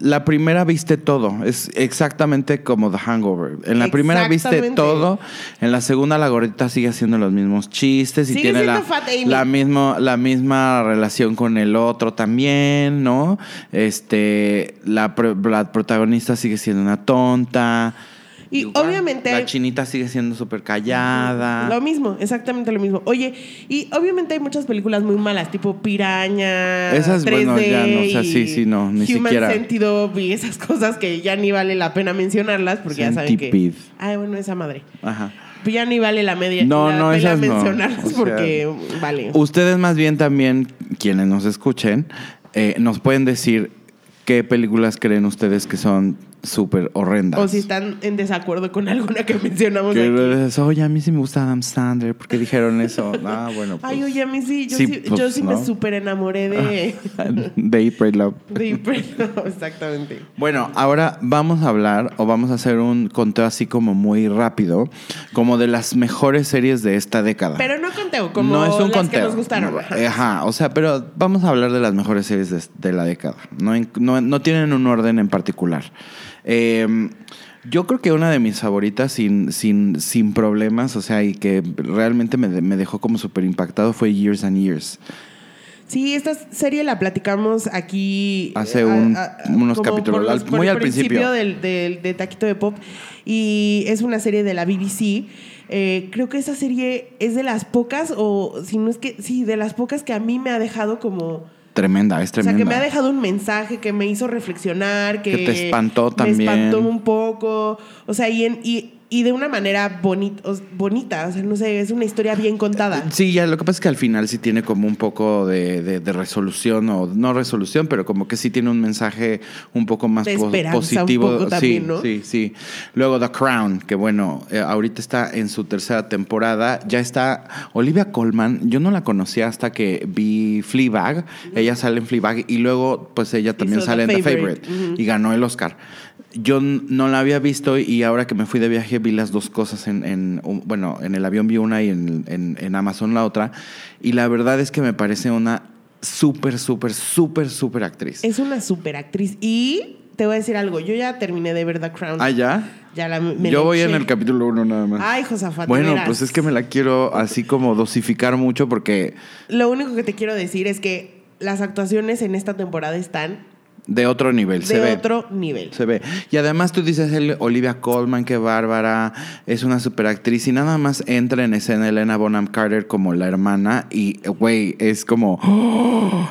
[SPEAKER 3] la primera viste todo, es exactamente como The Hangover. En la primera viste
[SPEAKER 2] Exactamente.
[SPEAKER 3] todo, en la segunda la gordita sigue haciendo los mismos chistes y
[SPEAKER 2] Sigue
[SPEAKER 3] tiene
[SPEAKER 2] siendo
[SPEAKER 3] la,
[SPEAKER 2] Fat Amy.
[SPEAKER 3] la mismo- la misma relación con el otro también, ¿no? Este la, pro- la protagonista sigue siendo una tonta.
[SPEAKER 2] Y
[SPEAKER 3] Igual,
[SPEAKER 2] obviamente
[SPEAKER 3] La
[SPEAKER 2] hay-
[SPEAKER 3] chinita sigue siendo súper callada.
[SPEAKER 2] Lo mismo, exactamente lo mismo. Oye, y obviamente hay muchas películas muy malas, tipo Piraña,
[SPEAKER 3] Esas,
[SPEAKER 2] 3D
[SPEAKER 3] bueno, ya no, o sea,
[SPEAKER 2] y
[SPEAKER 3] sí, sí, no, ni
[SPEAKER 2] Human
[SPEAKER 3] siquiera.
[SPEAKER 2] Centidove y esas cosas que ya ni vale la pena mencionarlas porque ya saben
[SPEAKER 3] Centipede.
[SPEAKER 2] que... Ay, bueno, esa madre.
[SPEAKER 3] Ajá.
[SPEAKER 2] Pues ya ni vale la media
[SPEAKER 3] No,
[SPEAKER 2] la
[SPEAKER 3] no,
[SPEAKER 2] pena
[SPEAKER 3] esas no.
[SPEAKER 2] mencionarlas
[SPEAKER 3] O sea,
[SPEAKER 2] porque vale.
[SPEAKER 3] Ustedes más bien también, quienes nos escuchen, eh, nos pueden decir qué películas creen ustedes que son súper horrendas.
[SPEAKER 2] O si están en desacuerdo con alguna que mencionamos
[SPEAKER 3] Que
[SPEAKER 2] aquí.
[SPEAKER 3] dices, oye, a mí sí me gusta Adam Sandler, ¿por qué dijeron eso? Ah, bueno, pues,
[SPEAKER 2] Ay, oye, a mí sí, yo sí,
[SPEAKER 3] Sí,
[SPEAKER 2] yo
[SPEAKER 3] pues,
[SPEAKER 2] sí me
[SPEAKER 3] ¿no?
[SPEAKER 2] súper enamoré de...
[SPEAKER 3] de Eat, Pray, Love.
[SPEAKER 2] de Impreno, exactamente.
[SPEAKER 3] Bueno, ahora vamos a hablar o vamos a hacer un conteo así como muy rápido, como de las mejores series de esta década.
[SPEAKER 2] Pero no conteo, como
[SPEAKER 3] no es un
[SPEAKER 2] las
[SPEAKER 3] conteo. Eh,
[SPEAKER 2] que nos gustaron.
[SPEAKER 3] No, Ajá, o sea, pero vamos a hablar de las mejores series de, de la década. No, en- no- no tienen un orden en particular. Eh, yo creo que una de mis favoritas sin, sin, sin problemas, o sea, y que realmente me, de- me dejó como súper impactado fue Years and Years.
[SPEAKER 2] Sí, esta serie la platicamos aquí.
[SPEAKER 3] Hace
[SPEAKER 2] eh,
[SPEAKER 3] un- unos
[SPEAKER 2] como
[SPEAKER 3] capítulos,
[SPEAKER 2] por
[SPEAKER 3] al-
[SPEAKER 2] por
[SPEAKER 3] muy
[SPEAKER 2] el
[SPEAKER 3] al principio.
[SPEAKER 2] del, del- de Taquito de Pop. Y es una serie de la BBC. Eh, creo que esa serie es de las pocas, o si no es que, sí, de las pocas que a mí me ha dejado como.
[SPEAKER 3] Tremenda, es tremenda.
[SPEAKER 2] O sea, que me ha dejado un mensaje, que me hizo reflexionar, que,
[SPEAKER 3] Que te espantó también.
[SPEAKER 2] Me espantó un poco. O sea, y, en- y, y de una manera bonita, bonita. O sea, no sé, es una historia bien contada.
[SPEAKER 3] Eh, Sí, ya lo que pasa es que al final sí tiene como un poco de, de- de resolución, o no resolución, pero como que sí tiene un mensaje un poco más
[SPEAKER 2] De
[SPEAKER 3] po-
[SPEAKER 2] esperanza un
[SPEAKER 3] positivo.
[SPEAKER 2] poco
[SPEAKER 3] sí,
[SPEAKER 2] también, ¿no?
[SPEAKER 3] sí, sí. Luego The Crown, que bueno, eh, ahorita está en su tercera temporada. Ya está Olivia Colman, yo no la conocía hasta que vi Fleabag. Ella sale en Fleabag y luego pues ella también
[SPEAKER 2] Hizo
[SPEAKER 3] sale
[SPEAKER 2] The
[SPEAKER 3] en The
[SPEAKER 2] Favourite.
[SPEAKER 3] Favorite y ganó el Oscar. Yo n- no la había visto y ahora que me fui de viaje vi las dos cosas en, en- un- bueno, en el avión vi una y en, en- en Amazon la otra. Y la verdad es que me parece una súper, súper, súper, súper actriz.
[SPEAKER 2] Es una superactriz. Y te voy a decir algo. Yo ya terminé de ver The Crown.
[SPEAKER 3] Ah, ya.
[SPEAKER 2] Ya la- me
[SPEAKER 3] Yo
[SPEAKER 2] la
[SPEAKER 3] voy
[SPEAKER 2] eché.
[SPEAKER 3] en el capítulo uno nada más.
[SPEAKER 2] Ay, Josafat.
[SPEAKER 3] bueno,
[SPEAKER 2] de veras.
[SPEAKER 3] pues es que me la quiero así como dosificar mucho porque
[SPEAKER 2] Lo único que te quiero decir es que las actuaciones en esta temporada están
[SPEAKER 3] de otro nivel se
[SPEAKER 2] de
[SPEAKER 3] ve.
[SPEAKER 2] otro nivel.
[SPEAKER 3] Se ve. Y además tú dices, el- Olivia Colman, qué bárbara, es una superactriz. Y nada más entra en escena Elena Bonham Carter como la hermana. Y, güey, es como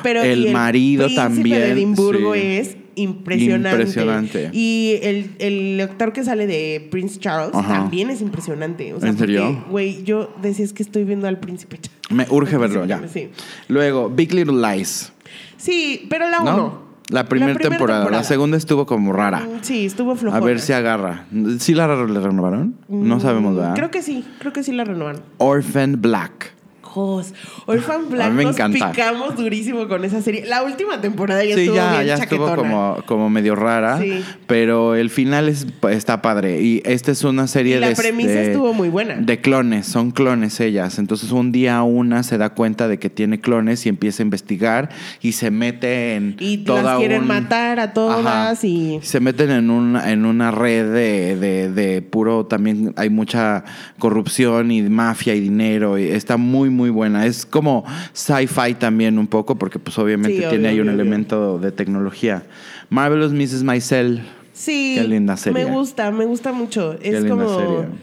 [SPEAKER 2] Pero
[SPEAKER 3] El
[SPEAKER 2] y
[SPEAKER 3] marido
[SPEAKER 2] príncipe
[SPEAKER 3] también,
[SPEAKER 2] de Edimburgo
[SPEAKER 3] sí.
[SPEAKER 2] es impresionante.
[SPEAKER 3] Impresionante.
[SPEAKER 2] Y el, el actor que sale de Prince Charles
[SPEAKER 3] Ajá.
[SPEAKER 2] también es impresionante. O sea,
[SPEAKER 3] ¿En serio?
[SPEAKER 2] porque, Güey, yo decía es que estoy viendo al príncipe Charles.
[SPEAKER 3] me urge
[SPEAKER 2] Al
[SPEAKER 3] verlo ya.
[SPEAKER 2] príncipe, Sí.
[SPEAKER 3] Luego, Big Little Lies.
[SPEAKER 2] Sí, pero la
[SPEAKER 3] ¿no?
[SPEAKER 2] uno.
[SPEAKER 3] La primera temporada. La segunda estuvo como rara.
[SPEAKER 2] Mm, Sí, estuvo flojona.
[SPEAKER 3] A ver si agarra. ¿Sí la re- le renovaron? No
[SPEAKER 2] Mm,
[SPEAKER 3] sabemos, ¿verdad?
[SPEAKER 2] Creo que sí, creo que sí la renovaron.
[SPEAKER 3] Orphan Black.
[SPEAKER 2] Jos, Orphan Black
[SPEAKER 3] A mí me
[SPEAKER 2] nos
[SPEAKER 3] encanta.
[SPEAKER 2] picamos durísimo con esa serie. La última temporada ya
[SPEAKER 3] Sí,
[SPEAKER 2] estuvo
[SPEAKER 3] ya,
[SPEAKER 2] bien
[SPEAKER 3] ya
[SPEAKER 2] chaquetona.
[SPEAKER 3] estuvo como, como medio rara,
[SPEAKER 2] Sí.
[SPEAKER 3] pero el final es, está padre. Y esta es una serie
[SPEAKER 2] Y la
[SPEAKER 3] de... este,
[SPEAKER 2] premisa
[SPEAKER 3] de-
[SPEAKER 2] estuvo muy buena.
[SPEAKER 3] De clones, son clones ellas. Entonces un día una se da cuenta de que tiene clones y empieza a investigar y se mete en...
[SPEAKER 2] Y
[SPEAKER 3] toda
[SPEAKER 2] las quieren
[SPEAKER 3] un-
[SPEAKER 2] matar a todas
[SPEAKER 3] Ajá.
[SPEAKER 2] y...
[SPEAKER 3] Se meten en una, en una red de, de- de puro, también hay mucha corrupción y mafia y dinero. Y está muy, muy buena. Es como sci-fi también un poco, porque pues obviamente
[SPEAKER 2] Sí, obvio,
[SPEAKER 3] tiene ahí un
[SPEAKER 2] obvio, obvio.
[SPEAKER 3] elemento de tecnología. Marvelous Mrs. Maisel.
[SPEAKER 2] Sí,
[SPEAKER 3] Qué linda serie.
[SPEAKER 2] me gusta, me gusta mucho.
[SPEAKER 3] Qué
[SPEAKER 2] es
[SPEAKER 3] linda
[SPEAKER 2] como...
[SPEAKER 3] serie.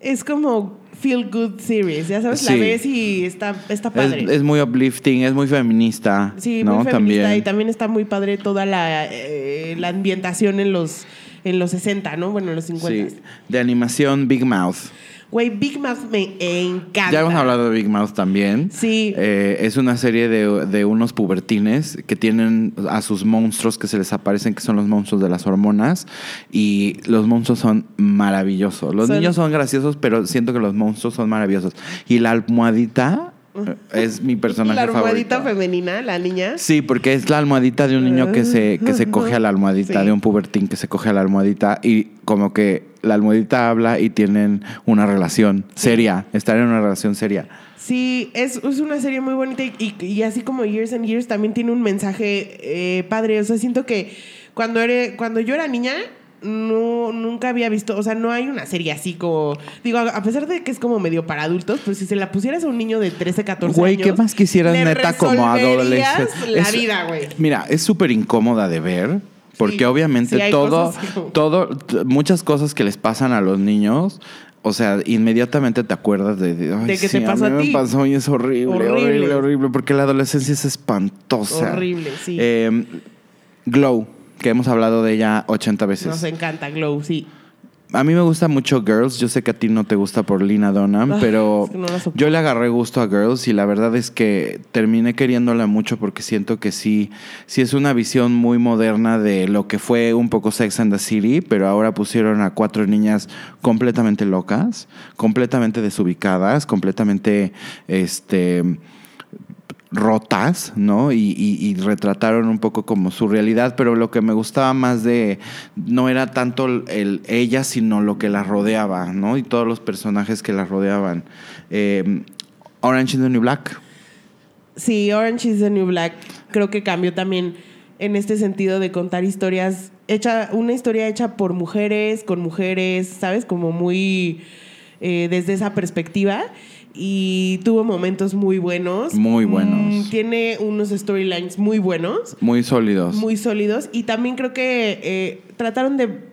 [SPEAKER 2] Es como feel good series, ya sabes, la
[SPEAKER 3] Sí.
[SPEAKER 2] ves y está, está padre.
[SPEAKER 3] Es, es muy uplifting, es muy feminista.
[SPEAKER 2] Sí,
[SPEAKER 3] ¿no?
[SPEAKER 2] muy feminista
[SPEAKER 3] también.
[SPEAKER 2] y también está muy padre toda la, eh, la ambientación en los, en los 60, ¿no? Bueno, en los 50.
[SPEAKER 3] Sí. De animación, Big Mouth.
[SPEAKER 2] Güey, Big Mouth me encanta.
[SPEAKER 3] Ya hemos hablado de Big Mouth también.
[SPEAKER 2] Sí.
[SPEAKER 3] Eh, es una serie de, de unos pubertines que tienen a sus monstruos que se les aparecen, que son los monstruos de las hormonas. Y los monstruos son maravillosos. Los
[SPEAKER 2] Son-
[SPEAKER 3] niños son graciosos, pero siento que los monstruos son maravillosos. Y la almohadita eh, es mi personaje
[SPEAKER 2] La almohadita
[SPEAKER 3] favorito.
[SPEAKER 2] femenina, la niña.
[SPEAKER 3] Sí, porque es la almohadita de un niño que se, que se coge a la almohadita,
[SPEAKER 2] Sí.
[SPEAKER 3] de un pubertín que se coge a la almohadita y como que la almohadita habla y tienen una relación seria, estar en una relación seria.
[SPEAKER 2] Sí, es, es una serie muy bonita y, y- y así como Years and Years también tiene un mensaje eh, padre. O sea, siento que cuando, ere- cuando yo era niña, no, nunca había visto, o sea, no hay una serie así como, digo, a a pesar de que es como medio para adultos, pero si se la pusieras a un niño de 13, 14
[SPEAKER 3] Güey,
[SPEAKER 2] años.
[SPEAKER 3] ¿qué más quisieras
[SPEAKER 2] le
[SPEAKER 3] neta como
[SPEAKER 2] resolverías
[SPEAKER 3] adolescente?
[SPEAKER 2] La
[SPEAKER 3] Es-
[SPEAKER 2] vida, güey.
[SPEAKER 3] Mira, es súper incómoda de ver. Porque
[SPEAKER 2] Sí,
[SPEAKER 3] obviamente
[SPEAKER 2] sí hay
[SPEAKER 3] todo,
[SPEAKER 2] cosas que-
[SPEAKER 3] todo, t- muchas cosas que les pasan a los niños. O sea, inmediatamente te acuerdas de, de, "Ay,
[SPEAKER 2] De que
[SPEAKER 3] sí,
[SPEAKER 2] te pasó
[SPEAKER 3] a mí
[SPEAKER 2] a
[SPEAKER 3] me
[SPEAKER 2] ti".
[SPEAKER 3] pasó y es horrible, horrible,
[SPEAKER 2] Horrible.
[SPEAKER 3] horrible, porque la adolescencia es espantosa.
[SPEAKER 2] Horrible, sí.
[SPEAKER 3] Eh, Glow, que hemos hablado de ella 80 veces.
[SPEAKER 2] Nos encanta Glow, sí.
[SPEAKER 3] A mí me gusta mucho Girls. Yo sé que a ti no te gusta por Lina Dunham,
[SPEAKER 2] Ah,
[SPEAKER 3] pero
[SPEAKER 2] es que no la soporto.
[SPEAKER 3] yo le agarré gusto a Girls y la verdad es que terminé queriéndola mucho porque siento que sí, sí es una visión muy moderna de lo que fue un poco Sex and the City, pero ahora pusieron a cuatro niñas completamente locas, completamente desubicadas, completamente este rotas, ¿no? Y, y- y retrataron un poco como su realidad, pero lo que me gustaba más de no era tanto el, el- ella, sino lo que la rodeaba, ¿no? Y todos los personajes que la rodeaban. Eh, Orange is the New Black.
[SPEAKER 2] Sí, Orange is the New Black creo que cambió también en este sentido de contar historias, hecha, una historia hecha por mujeres, con mujeres, ¿sabes? Como muy eh, desde esa perspectiva. Y tuvo momentos muy buenos.
[SPEAKER 3] Muy buenos.
[SPEAKER 2] Mm, tiene unos storylines muy buenos,
[SPEAKER 3] Muy sólidos.
[SPEAKER 2] muy sólidos. Y también creo que eh, trataron de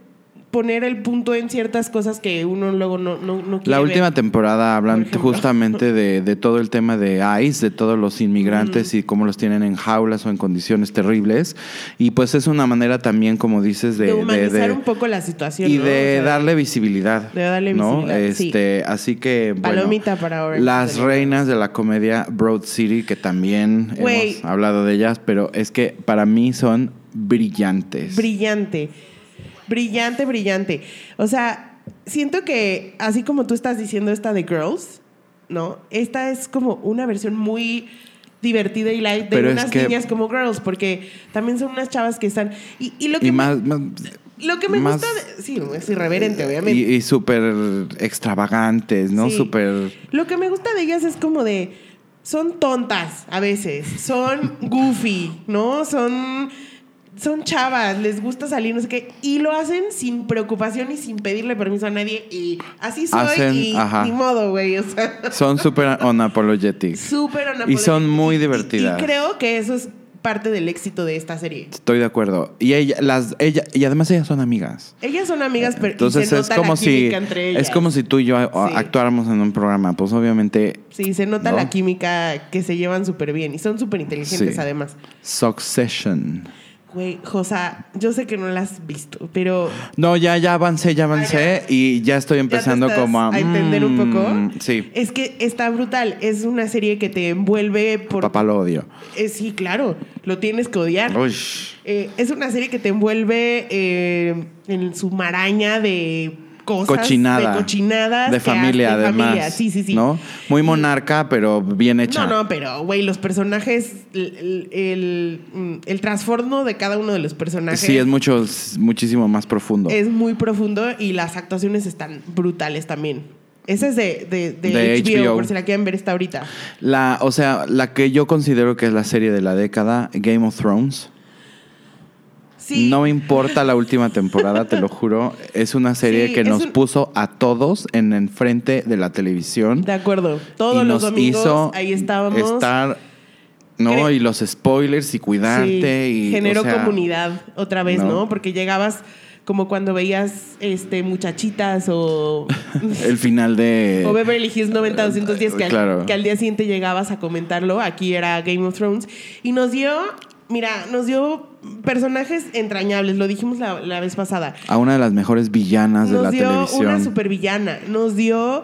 [SPEAKER 2] poner el punto en ciertas cosas que uno luego no, no, no quiere
[SPEAKER 3] La
[SPEAKER 2] ver.
[SPEAKER 3] última temporada hablan
[SPEAKER 2] Por ejemplo.
[SPEAKER 3] justamente de, de todo el tema de ICE, de todos los inmigrantes y cómo los tienen en jaulas o en condiciones terribles. Y pues es una manera también, como dices, de...
[SPEAKER 2] de,
[SPEAKER 3] de-
[SPEAKER 2] humanizar
[SPEAKER 3] de-
[SPEAKER 2] un poco la situación.
[SPEAKER 3] y
[SPEAKER 2] ¿no? O
[SPEAKER 3] de
[SPEAKER 2] sea,
[SPEAKER 3] darle visibilidad.
[SPEAKER 2] de darle
[SPEAKER 3] ¿no?
[SPEAKER 2] visibilidad, sí.
[SPEAKER 3] Este, Así que. bueno,
[SPEAKER 2] Palomita para Orange is
[SPEAKER 3] Las
[SPEAKER 2] the New Black.
[SPEAKER 3] reinas de la comedia Broad City, que también
[SPEAKER 2] Güey.
[SPEAKER 3] hemos hablado de ellas, pero es que para mí son brillantes.
[SPEAKER 2] Brillante. Brillante, brillante. O sea, siento que así como tú estás diciendo esta de Girls, ¿no? Esta es como una versión muy divertida y light de
[SPEAKER 3] Pero es
[SPEAKER 2] unas
[SPEAKER 3] que-
[SPEAKER 2] niñas como Girls, porque también son unas chavas que están. Y, y lo que
[SPEAKER 3] y
[SPEAKER 2] me,
[SPEAKER 3] más. más-
[SPEAKER 2] lo que me
[SPEAKER 3] más-
[SPEAKER 2] gusta. de- sí, es irreverente, obviamente.
[SPEAKER 3] Y, y súper extravagantes, ¿no?
[SPEAKER 2] Sí.
[SPEAKER 3] Súper.
[SPEAKER 2] Lo que me gusta de ellas es como de. Son tontas a veces. Son goofy, ¿no? Son. Son chavas, les gusta salir, no sé qué. Y lo hacen sin preocupación y sin pedirle permiso a nadie. Y así soy
[SPEAKER 3] Hacen-
[SPEAKER 2] y
[SPEAKER 3] ajá.
[SPEAKER 2] ni modo, güey. O sea,
[SPEAKER 3] Son súper unapologetics.
[SPEAKER 2] súper
[SPEAKER 3] Y son
[SPEAKER 2] unapologetic.
[SPEAKER 3] muy
[SPEAKER 2] Y- y-
[SPEAKER 3] divertidas.
[SPEAKER 2] Y, creo que eso es parte del éxito de esta serie.
[SPEAKER 3] Estoy de acuerdo. Y ella, las, ella, y además ellas son amigas.
[SPEAKER 2] Ellas son amigas, pero y
[SPEAKER 3] Entonces
[SPEAKER 2] se
[SPEAKER 3] es
[SPEAKER 2] nota la
[SPEAKER 3] como si
[SPEAKER 2] química entre ellas.
[SPEAKER 3] es como si tú y yo a-
[SPEAKER 2] Sí.
[SPEAKER 3] actuáramos en un programa, pues obviamente
[SPEAKER 2] Sí, se nota
[SPEAKER 3] ¿No?
[SPEAKER 2] la química que se llevan súper bien. Y son súper inteligentes,
[SPEAKER 3] Sí.
[SPEAKER 2] además.
[SPEAKER 3] Succession.
[SPEAKER 2] Güey, Josa, yo sé que no la has visto, pero
[SPEAKER 3] No, ya ya avancé, ya avancé y ya estoy
[SPEAKER 2] ya te
[SPEAKER 3] empezando
[SPEAKER 2] estás
[SPEAKER 3] como a,
[SPEAKER 2] a entender un
[SPEAKER 3] mm,
[SPEAKER 2] poco. Eh,
[SPEAKER 3] Sí.
[SPEAKER 2] Es que está brutal. Es una serie que te envuelve por.
[SPEAKER 3] Papá lo odio.
[SPEAKER 2] Eh, sí, claro. Lo tienes que odiar.
[SPEAKER 3] Uy.
[SPEAKER 2] Eh, es una serie que te envuelve eh, en su maraña de cosas.
[SPEAKER 3] Cochinada.
[SPEAKER 2] De cochinadas.
[SPEAKER 3] De
[SPEAKER 2] que hace-
[SPEAKER 3] familia,
[SPEAKER 2] de
[SPEAKER 3] además.
[SPEAKER 2] familia. Sí, sí, sí.
[SPEAKER 3] ¿No? Muy monarca, pero bien hecha.
[SPEAKER 2] No, no, pero, güey, los personajes, el, el, el- el trasfondo de cada uno de los personajes.
[SPEAKER 3] sí, es mucho, es muchísimo más profundo.
[SPEAKER 2] Es muy profundo y las actuaciones están brutales también. Esa es de, de, de
[SPEAKER 3] De
[SPEAKER 2] HBO,
[SPEAKER 3] HBO.
[SPEAKER 2] por si la quieren ver, está ahorita.
[SPEAKER 3] La, o sea, la que yo considero que es la serie de la década, Game of Thrones.
[SPEAKER 2] Sí,
[SPEAKER 3] No me importa la última temporada, te lo juro. Es una serie
[SPEAKER 2] Sí,
[SPEAKER 3] que
[SPEAKER 2] es
[SPEAKER 3] nos
[SPEAKER 2] un-
[SPEAKER 3] puso a todos en enfrente de la televisión.
[SPEAKER 2] de acuerdo. Todos
[SPEAKER 3] y
[SPEAKER 2] los
[SPEAKER 3] nos
[SPEAKER 2] domingos
[SPEAKER 3] hizo
[SPEAKER 2] ahí estábamos.
[SPEAKER 3] Estar, no,
[SPEAKER 2] Cre-
[SPEAKER 3] y los spoilers y cuidarte.
[SPEAKER 2] Sí,
[SPEAKER 3] y,
[SPEAKER 2] generó
[SPEAKER 3] o sea,
[SPEAKER 2] comunidad otra vez,
[SPEAKER 3] ¿no?
[SPEAKER 2] ¿no? Porque llegabas como cuando veías este muchachitas o,
[SPEAKER 3] El final de.
[SPEAKER 2] o Beverly Hills 90210 que, al-
[SPEAKER 3] Claro.
[SPEAKER 2] que al día siguiente llegabas a comentarlo. Aquí era Game of Thrones. Y nos dio, mira, nos dio personajes entrañables. Lo dijimos la- la vez pasada.
[SPEAKER 3] a una de las mejores villanas de
[SPEAKER 2] nos
[SPEAKER 3] la
[SPEAKER 2] dio
[SPEAKER 3] televisión.
[SPEAKER 2] una supervillana, nos dio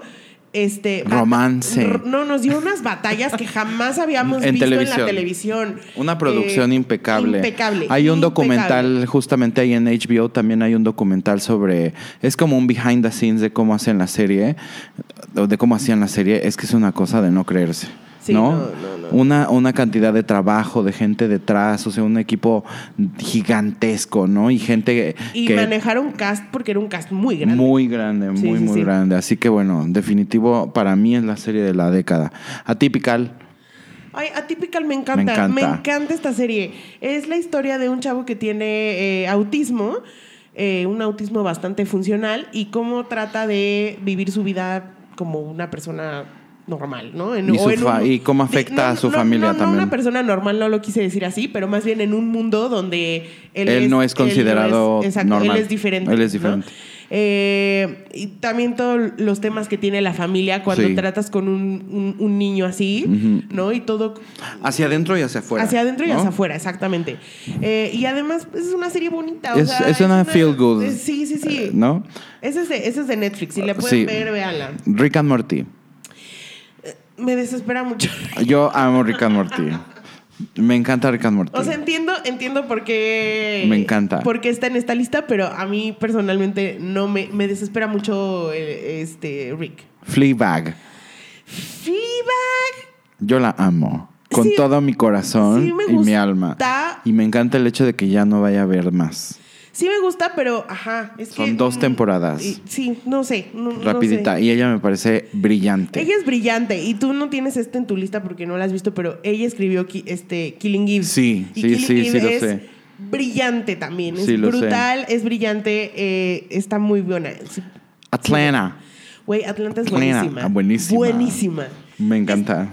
[SPEAKER 2] este bata-
[SPEAKER 3] Romance.
[SPEAKER 2] r- No, nos dio unas batallas que jamás habíamos
[SPEAKER 3] En
[SPEAKER 2] visto en
[SPEAKER 3] televisión.
[SPEAKER 2] la televisión.
[SPEAKER 3] Una producción
[SPEAKER 2] Eh,
[SPEAKER 3] impecable.
[SPEAKER 2] Impecable.
[SPEAKER 3] Hay un
[SPEAKER 2] impecable.
[SPEAKER 3] documental, justamente ahí en HBO también hay un documental sobre. Es como un behind the scenes de cómo hacen la serie. o De cómo hacían la serie. Es que es una cosa de no creerse.
[SPEAKER 2] Sí,
[SPEAKER 3] ¿no?
[SPEAKER 2] no, no, no.
[SPEAKER 3] Una, una cantidad de trabajo, de gente detrás, o sea, un equipo gigantesco, ¿no? Y gente
[SPEAKER 2] Y
[SPEAKER 3] que
[SPEAKER 2] manejar un cast porque era un cast muy grande.
[SPEAKER 3] muy grande,
[SPEAKER 2] Sí,
[SPEAKER 3] muy,
[SPEAKER 2] sí,
[SPEAKER 3] muy
[SPEAKER 2] sí.
[SPEAKER 3] grande. Así que bueno, en definitivo, para mí es la serie de la década. Atypical,
[SPEAKER 2] Ay, Atypical me encanta,
[SPEAKER 3] Me
[SPEAKER 2] me
[SPEAKER 3] encanta.
[SPEAKER 2] encanta. esta serie. Es la historia de un chavo que tiene eh, autismo, eh, un autismo bastante funcional, y cómo trata de vivir su vida como una persona normal, ¿no? En-
[SPEAKER 3] Y su
[SPEAKER 2] en
[SPEAKER 3] fa- y cómo
[SPEAKER 2] di-
[SPEAKER 3] afecta a su familia
[SPEAKER 2] no, no
[SPEAKER 3] también.
[SPEAKER 2] una persona normal, no lo quise decir así, pero más bien en un mundo donde él,
[SPEAKER 3] Él no es
[SPEAKER 2] él
[SPEAKER 3] considerado
[SPEAKER 2] exacto,
[SPEAKER 3] normal.
[SPEAKER 2] Él es diferente.
[SPEAKER 3] Él es
[SPEAKER 2] ¿no?
[SPEAKER 3] diferente.
[SPEAKER 2] Eh, y también todos los temas que tiene la familia cuando
[SPEAKER 3] Sí.
[SPEAKER 2] tratas con un, un- un niño así,
[SPEAKER 3] Ujú.
[SPEAKER 2] ¿no? Y todo
[SPEAKER 3] Hacia adentro y hacia afuera.
[SPEAKER 2] hacia adentro y
[SPEAKER 3] ¿no?
[SPEAKER 2] hacia afuera, exactamente. Eh, y además pues, es una serie bonita. o
[SPEAKER 3] Es-
[SPEAKER 2] sea,
[SPEAKER 3] es una feel good.
[SPEAKER 2] eh, Sí, sí, sí.
[SPEAKER 3] ¿No? Ah,
[SPEAKER 2] Esa es, de, esa es de Netflix. Si la pueden
[SPEAKER 3] Sí.
[SPEAKER 2] ver, véanla.
[SPEAKER 3] Rick and Morty.
[SPEAKER 2] Me desespera mucho.
[SPEAKER 3] Yo amo Rick and Morty. Me encanta Rick and Morty.
[SPEAKER 2] O sea, entiendo, entiendo por qué.
[SPEAKER 3] Me encanta.
[SPEAKER 2] Por qué está en esta lista, pero a mí personalmente no me, me desespera mucho eh, este Rick.
[SPEAKER 3] Fleabag.
[SPEAKER 2] Fleabag.
[SPEAKER 3] Yo la amo. Con
[SPEAKER 2] Sí.
[SPEAKER 3] todo mi corazón
[SPEAKER 2] Sí, me
[SPEAKER 3] y mi
[SPEAKER 2] gusta.
[SPEAKER 3] alma. Y me encanta el hecho de que ya no vaya a haber más.
[SPEAKER 2] Sí me gusta, pero ajá. es
[SPEAKER 3] Son
[SPEAKER 2] que,
[SPEAKER 3] dos
[SPEAKER 2] mm,
[SPEAKER 3] temporadas.
[SPEAKER 2] y- sí, no sé. no- no sé.
[SPEAKER 3] Rapidita. Y ella me parece brillante.
[SPEAKER 2] Ella es brillante y tú no tienes este en tu lista porque no la has visto, pero ella escribió ki- este Killing Eve.
[SPEAKER 3] Sí,
[SPEAKER 2] Y
[SPEAKER 3] sí,
[SPEAKER 2] Killing
[SPEAKER 3] sí,
[SPEAKER 2] Eve
[SPEAKER 3] sí lo
[SPEAKER 2] es
[SPEAKER 3] sé.
[SPEAKER 2] Brillante también, es
[SPEAKER 3] Sí, lo sé.
[SPEAKER 2] brutal, es brillante, eh, está muy buena. Sí.
[SPEAKER 3] Atlanta.
[SPEAKER 2] Güey, Atlanta es
[SPEAKER 3] Atlanta,
[SPEAKER 2] buenísima.
[SPEAKER 3] buenísima.
[SPEAKER 2] Buenísima.
[SPEAKER 3] Me encanta.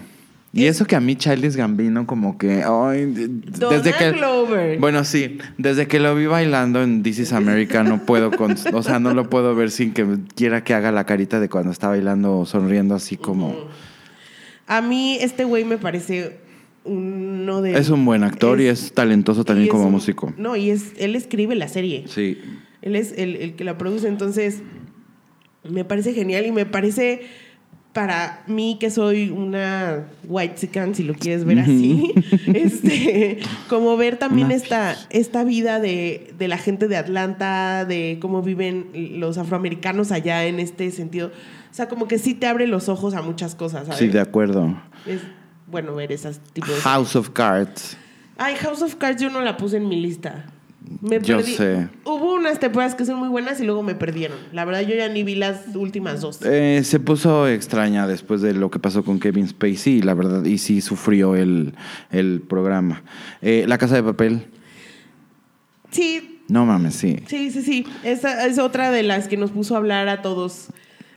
[SPEAKER 3] y eso que a mí Charles Gambino como que... ay, de- desde que,
[SPEAKER 2] Glover.
[SPEAKER 3] Bueno, sí. Desde que lo vi bailando en This is America no puedo... con- o sea, no lo puedo ver sin que quiera que haga la carita de cuando está bailando o sonriendo así como...
[SPEAKER 2] A mí este güey me parece uno de...
[SPEAKER 3] Es un buen actor y es talentoso también
[SPEAKER 2] y es
[SPEAKER 3] como
[SPEAKER 2] un-
[SPEAKER 3] músico.
[SPEAKER 2] No, y es él escribe la serie.
[SPEAKER 3] Sí.
[SPEAKER 2] Él es el, el que la produce, entonces me parece genial y me parece para mí que soy una white chican, si lo quieres ver así, este, como ver también
[SPEAKER 3] Una-
[SPEAKER 2] esta, esta vida de, de la gente de Atlanta, de cómo viven los afroamericanos allá en este sentido. O sea, como que sí te abre los ojos a muchas cosas, ¿sabes?
[SPEAKER 3] Sí, de acuerdo.
[SPEAKER 2] Es bueno ver esas tipos de...
[SPEAKER 3] House of Cards.
[SPEAKER 2] Ay, House of Cards yo no la puse en mi lista. Me
[SPEAKER 3] Yo
[SPEAKER 2] perdí.
[SPEAKER 3] sé.
[SPEAKER 2] Hubo unas temporadas que son muy buenas y luego me perdieron. La verdad, yo ya ni vi las últimas dos.
[SPEAKER 3] Eh, se puso extraña después de lo que pasó con Kevin Spacey y la verdad, y sí sufrió el, el programa. Eh, la Casa de Papel.
[SPEAKER 2] Sí,
[SPEAKER 3] No mames, sí.
[SPEAKER 2] sí, sí, sí. Esa es otra de las que nos puso a hablar a todos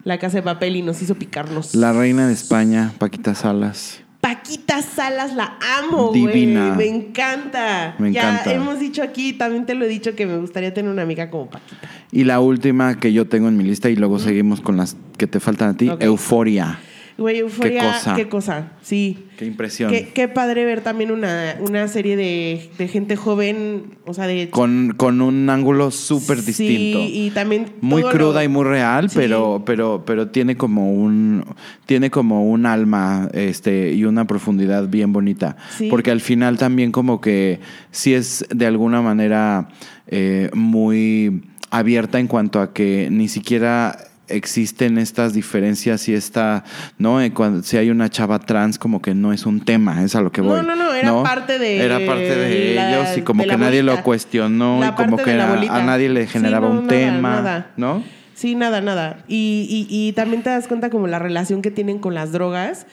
[SPEAKER 2] la casa de papel y nos hizo picarnos.
[SPEAKER 3] La Reina de España, Paquita Salas.
[SPEAKER 2] Paquita Salas la amo, güey.
[SPEAKER 3] Divina.
[SPEAKER 2] Me encanta.
[SPEAKER 3] Me
[SPEAKER 2] ya
[SPEAKER 3] encanta.
[SPEAKER 2] hemos dicho aquí, también te lo he dicho que me gustaría tener una amiga como Paquita.
[SPEAKER 3] Y la última que yo tengo en mi lista y luego seguimos con las que te faltan a ti,
[SPEAKER 2] Ok.
[SPEAKER 3] Euforia.
[SPEAKER 2] Güey, euforia, qué
[SPEAKER 3] cosa.
[SPEAKER 2] cosa. Sí.
[SPEAKER 3] Qué impresión.
[SPEAKER 2] Qué, qué padre ver también una, una serie de, de gente joven, o sea, de...
[SPEAKER 3] Con, con un ángulo súper
[SPEAKER 2] Sí,
[SPEAKER 3] distinto.
[SPEAKER 2] y también...
[SPEAKER 3] muy
[SPEAKER 2] todo
[SPEAKER 3] cruda
[SPEAKER 2] lo-
[SPEAKER 3] y muy real,
[SPEAKER 2] Sí.
[SPEAKER 3] pero, pero, pero tiene como un tiene como un alma este, y una profundidad bien bonita.
[SPEAKER 2] Sí.
[SPEAKER 3] Porque al final también como que sí es de alguna manera eh, muy abierta en cuanto a que ni siquiera existen estas diferencias y esta, ¿no? Eh, cuando- si hay una chava trans como que no es un tema, es a lo que
[SPEAKER 2] No,
[SPEAKER 3] voy.
[SPEAKER 2] no, no, era parte de
[SPEAKER 3] Era parte de
[SPEAKER 2] la-
[SPEAKER 3] ellos y como
[SPEAKER 2] de
[SPEAKER 3] que
[SPEAKER 2] la
[SPEAKER 3] nadie lo
[SPEAKER 2] bolita.
[SPEAKER 3] cuestionó
[SPEAKER 2] La
[SPEAKER 3] y como
[SPEAKER 2] parte
[SPEAKER 3] que
[SPEAKER 2] de la
[SPEAKER 3] a,
[SPEAKER 2] bolita.
[SPEAKER 3] a nadie le
[SPEAKER 2] Sí,
[SPEAKER 3] generaba
[SPEAKER 2] no,
[SPEAKER 3] un
[SPEAKER 2] nada,
[SPEAKER 3] tema,
[SPEAKER 2] nada.
[SPEAKER 3] ¿no?
[SPEAKER 2] Sí, nada, nada. Y, y- y también te das cuenta como la relación que tienen con las drogas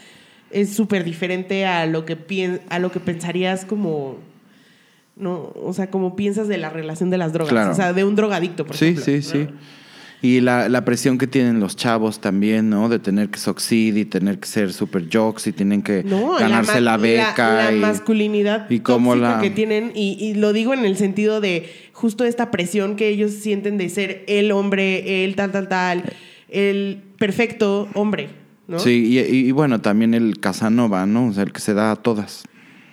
[SPEAKER 2] es súper diferente a lo que pien- a lo que pensarías como no, o sea, como piensas de la relación de las drogas,
[SPEAKER 3] Claro.
[SPEAKER 2] o sea, de un drogadicto, por
[SPEAKER 3] Sí,
[SPEAKER 2] ejemplo.
[SPEAKER 3] sí,
[SPEAKER 2] ¿no?
[SPEAKER 3] sí. Y la, la presión que tienen los chavos también, ¿no? De tener que succeed y tener que ser super jocks y tienen que
[SPEAKER 2] No,
[SPEAKER 3] ganarse la,
[SPEAKER 2] ma-
[SPEAKER 3] beca.
[SPEAKER 2] la, la
[SPEAKER 3] y-
[SPEAKER 2] masculinidad
[SPEAKER 3] y cómo
[SPEAKER 2] tóxica
[SPEAKER 3] la-
[SPEAKER 2] que tienen y, y lo digo en el sentido de justo esta presión que ellos sienten de ser el hombre, el tal tal tal, el perfecto hombre, ¿no?
[SPEAKER 3] Sí, y, y- y bueno, también el Casanova, ¿no? O sea, el que se da a todas.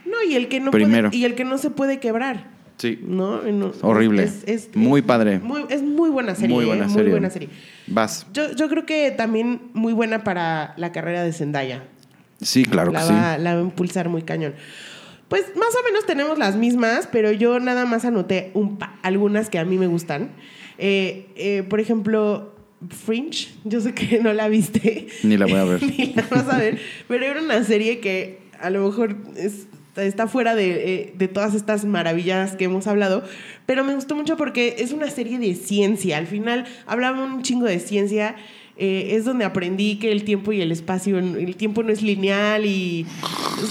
[SPEAKER 2] No, y el que no
[SPEAKER 3] Primero.
[SPEAKER 2] puede- y el que no se puede quebrar,
[SPEAKER 3] Sí.
[SPEAKER 2] ¿no? No,
[SPEAKER 3] Horrible. Muy padre.
[SPEAKER 2] muy- es muy buena serie,
[SPEAKER 3] muy
[SPEAKER 2] ¿eh?
[SPEAKER 3] buena serie.
[SPEAKER 2] Muy buena serie.
[SPEAKER 3] Vas.
[SPEAKER 2] Yo, yo creo que también muy buena para la carrera de Zendaya.
[SPEAKER 3] Sí, claro
[SPEAKER 2] la,
[SPEAKER 3] que sí.
[SPEAKER 2] va, la va a impulsar muy cañón. Pues más o menos tenemos las mismas, pero yo nada más anoté un pa- algunas que a mí me gustan. Eh, eh, por ejemplo, Fringe, yo sé que no la viste.
[SPEAKER 3] Ni la voy a ver.
[SPEAKER 2] Ni la vas a ver, pero era una serie que a lo mejor es- está fuera de, eh, de todas estas maravillas que hemos hablado, pero me gustó mucho porque es una serie de ciencia. Al final hablaba un chingo de ciencia. eh, es donde aprendí que el tiempo y el espacio, el tiempo no es lineal y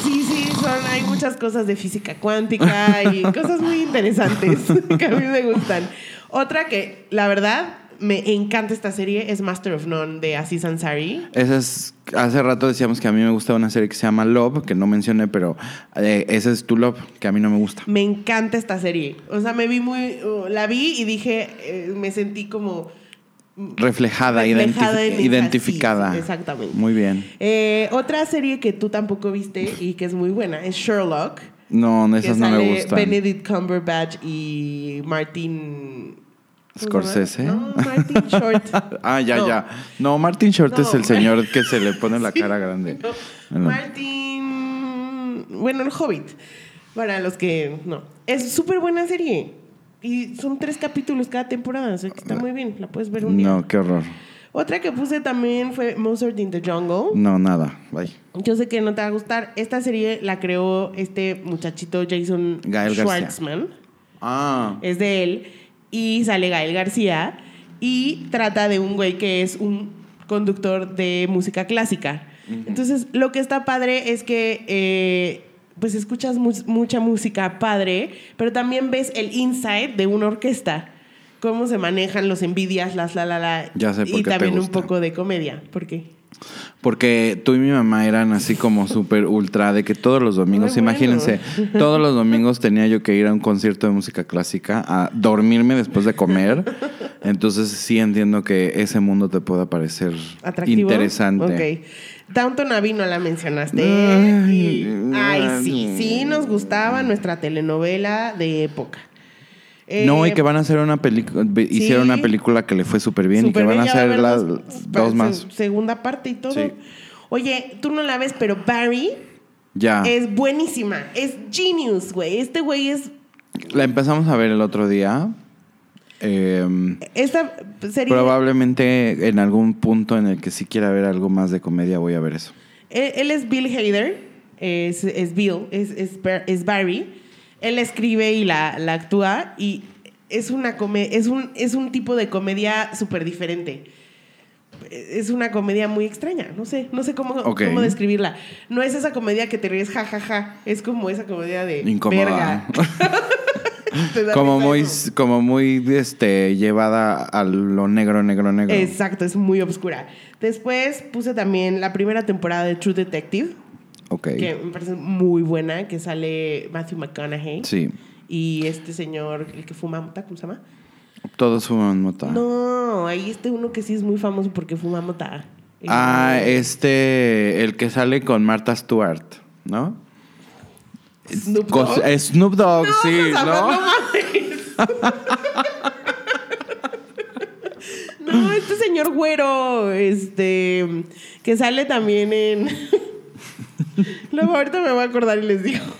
[SPEAKER 2] sí, sí, son, hay muchas cosas de física cuántica y cosas muy interesantes que a mí me gustan. Otra que, la verdad, me encanta esta serie es Master of None de Aziz Ansari.
[SPEAKER 3] Esa es, hace rato decíamos que a mí me gusta una serie que se llama Love, que no mencioné, pero eh, esa es tu Love, que a mí no me gusta.
[SPEAKER 2] Me encanta esta serie. O sea, me vi muy. uh, la vi y dije. eh, me sentí como.
[SPEAKER 3] Reflejada,
[SPEAKER 2] Reflejada
[SPEAKER 3] identi-
[SPEAKER 2] en esa,
[SPEAKER 3] identificada.
[SPEAKER 2] sí, exactamente.
[SPEAKER 3] Muy bien.
[SPEAKER 2] eh, otra serie que tú tampoco viste y que es muy buena es Sherlock.
[SPEAKER 3] No, no,
[SPEAKER 2] que
[SPEAKER 3] esas no me
[SPEAKER 2] sale
[SPEAKER 3] gustan.
[SPEAKER 2] Benedict Cumberbatch y Martin. ¿cómo se llama?
[SPEAKER 3] Scorsese.
[SPEAKER 2] No, Martin Short.
[SPEAKER 3] Ah, ya,
[SPEAKER 2] No.
[SPEAKER 3] ya. No, Martin Short
[SPEAKER 2] No.
[SPEAKER 3] es el señor que se le pone la cara grande.
[SPEAKER 2] No.
[SPEAKER 3] No.
[SPEAKER 2] Martin. Oh, Bueno, el Hobbit. Para los que no. Es súper buena serie. Y son tres capítulos cada temporada. O sea que está muy bien. La puedes ver un día.
[SPEAKER 3] No, qué horror.
[SPEAKER 2] Otra que puse también fue Mozart in the Jungle.
[SPEAKER 3] No, nada. Bye.
[SPEAKER 2] Yo sé que no te va a gustar. Esta serie la creó este muchachito Jason
[SPEAKER 3] Gael García.
[SPEAKER 2] Schwartzman.
[SPEAKER 3] Ah,
[SPEAKER 2] es de él, y sale Gael García, y trata de un güey que es un conductor de música clásica. Entonces, lo que está padre es que, eh, pues, escuchas mu- mucha música padre, pero también ves el inside de una orquesta. Cómo se manejan los envidias, las la la la.
[SPEAKER 3] Ya sé por qué
[SPEAKER 2] y
[SPEAKER 3] te
[SPEAKER 2] también un
[SPEAKER 3] gusta.
[SPEAKER 2] poco de comedia. ¿Por qué?
[SPEAKER 3] porque tú y mi mamá eran así como súper ultra de que todos los domingos,
[SPEAKER 2] Ay, bueno.
[SPEAKER 3] imagínense, todos los domingos tenía yo que ir a un concierto de música clásica a dormirme después de comer. Entonces sí entiendo que ese mundo te pueda parecer
[SPEAKER 2] Atractivo.
[SPEAKER 3] interesante.
[SPEAKER 2] Ok. Downton Abbey no la mencionaste.
[SPEAKER 3] Ay,
[SPEAKER 2] Y- Ay,
[SPEAKER 3] ay.
[SPEAKER 2] sí. Sí, nos gustaba nuestra telenovela de época. Eh,
[SPEAKER 3] No, y que van a hacer una película, hicieron una película que le fue súper bien y que van a
[SPEAKER 2] Superbella va
[SPEAKER 3] hacer
[SPEAKER 2] haber
[SPEAKER 3] las
[SPEAKER 2] dos-
[SPEAKER 3] dos
[SPEAKER 2] se-
[SPEAKER 3] más.
[SPEAKER 2] Segunda parte y todo.
[SPEAKER 3] Sí.
[SPEAKER 2] Oye, tú no la ves, pero Barry
[SPEAKER 3] Ya.
[SPEAKER 2] es buenísima. Es genius, güey. Este güey es.
[SPEAKER 3] La empezamos a ver el otro día. Eh,
[SPEAKER 2] Esta serie.
[SPEAKER 3] probablemente en algún punto en el que sí quiera ver algo más de comedia voy a ver eso.
[SPEAKER 2] Él, él es Bill Hader, es, es Bill, es, es, Bar- es Barry. Él escribe y la, la actúa y es, una come- es, un, es un tipo de comedia súper diferente. Es una comedia muy extraña, no sé, no sé cómo,
[SPEAKER 3] Ok.
[SPEAKER 2] cómo describirla. No es esa comedia que te ríes jajaja, es como esa comedia de
[SPEAKER 3] Incómoda.
[SPEAKER 2] verga. Te da
[SPEAKER 3] como
[SPEAKER 2] risa
[SPEAKER 3] muy,
[SPEAKER 2] eso.
[SPEAKER 3] como muy este, llevada a lo negro, negro, negro.
[SPEAKER 2] Exacto, es muy obscura. Después puse también la primera temporada de True Detective.
[SPEAKER 3] Ok.
[SPEAKER 2] que me parece muy buena, que sale Matthew McConaughey
[SPEAKER 3] Sí.
[SPEAKER 2] y este señor, el que fuma mota, ¿cómo se llama?
[SPEAKER 3] Todos fuman mota.
[SPEAKER 2] No, ahí este uno que sí es muy famoso porque fuma mota.
[SPEAKER 3] Ah,
[SPEAKER 2] Eh,
[SPEAKER 3] este, el que sale con Martha Stewart, ¿no?
[SPEAKER 2] Snoop
[SPEAKER 3] Cos-
[SPEAKER 2] Dogg.
[SPEAKER 3] eh, Snoop Dogg,
[SPEAKER 2] No,
[SPEAKER 3] sí,
[SPEAKER 2] Rafa,
[SPEAKER 3] ¿no?
[SPEAKER 2] no mames. No, este señor güero, este, que sale también en... Luego ahorita me voy a acordar y les digo.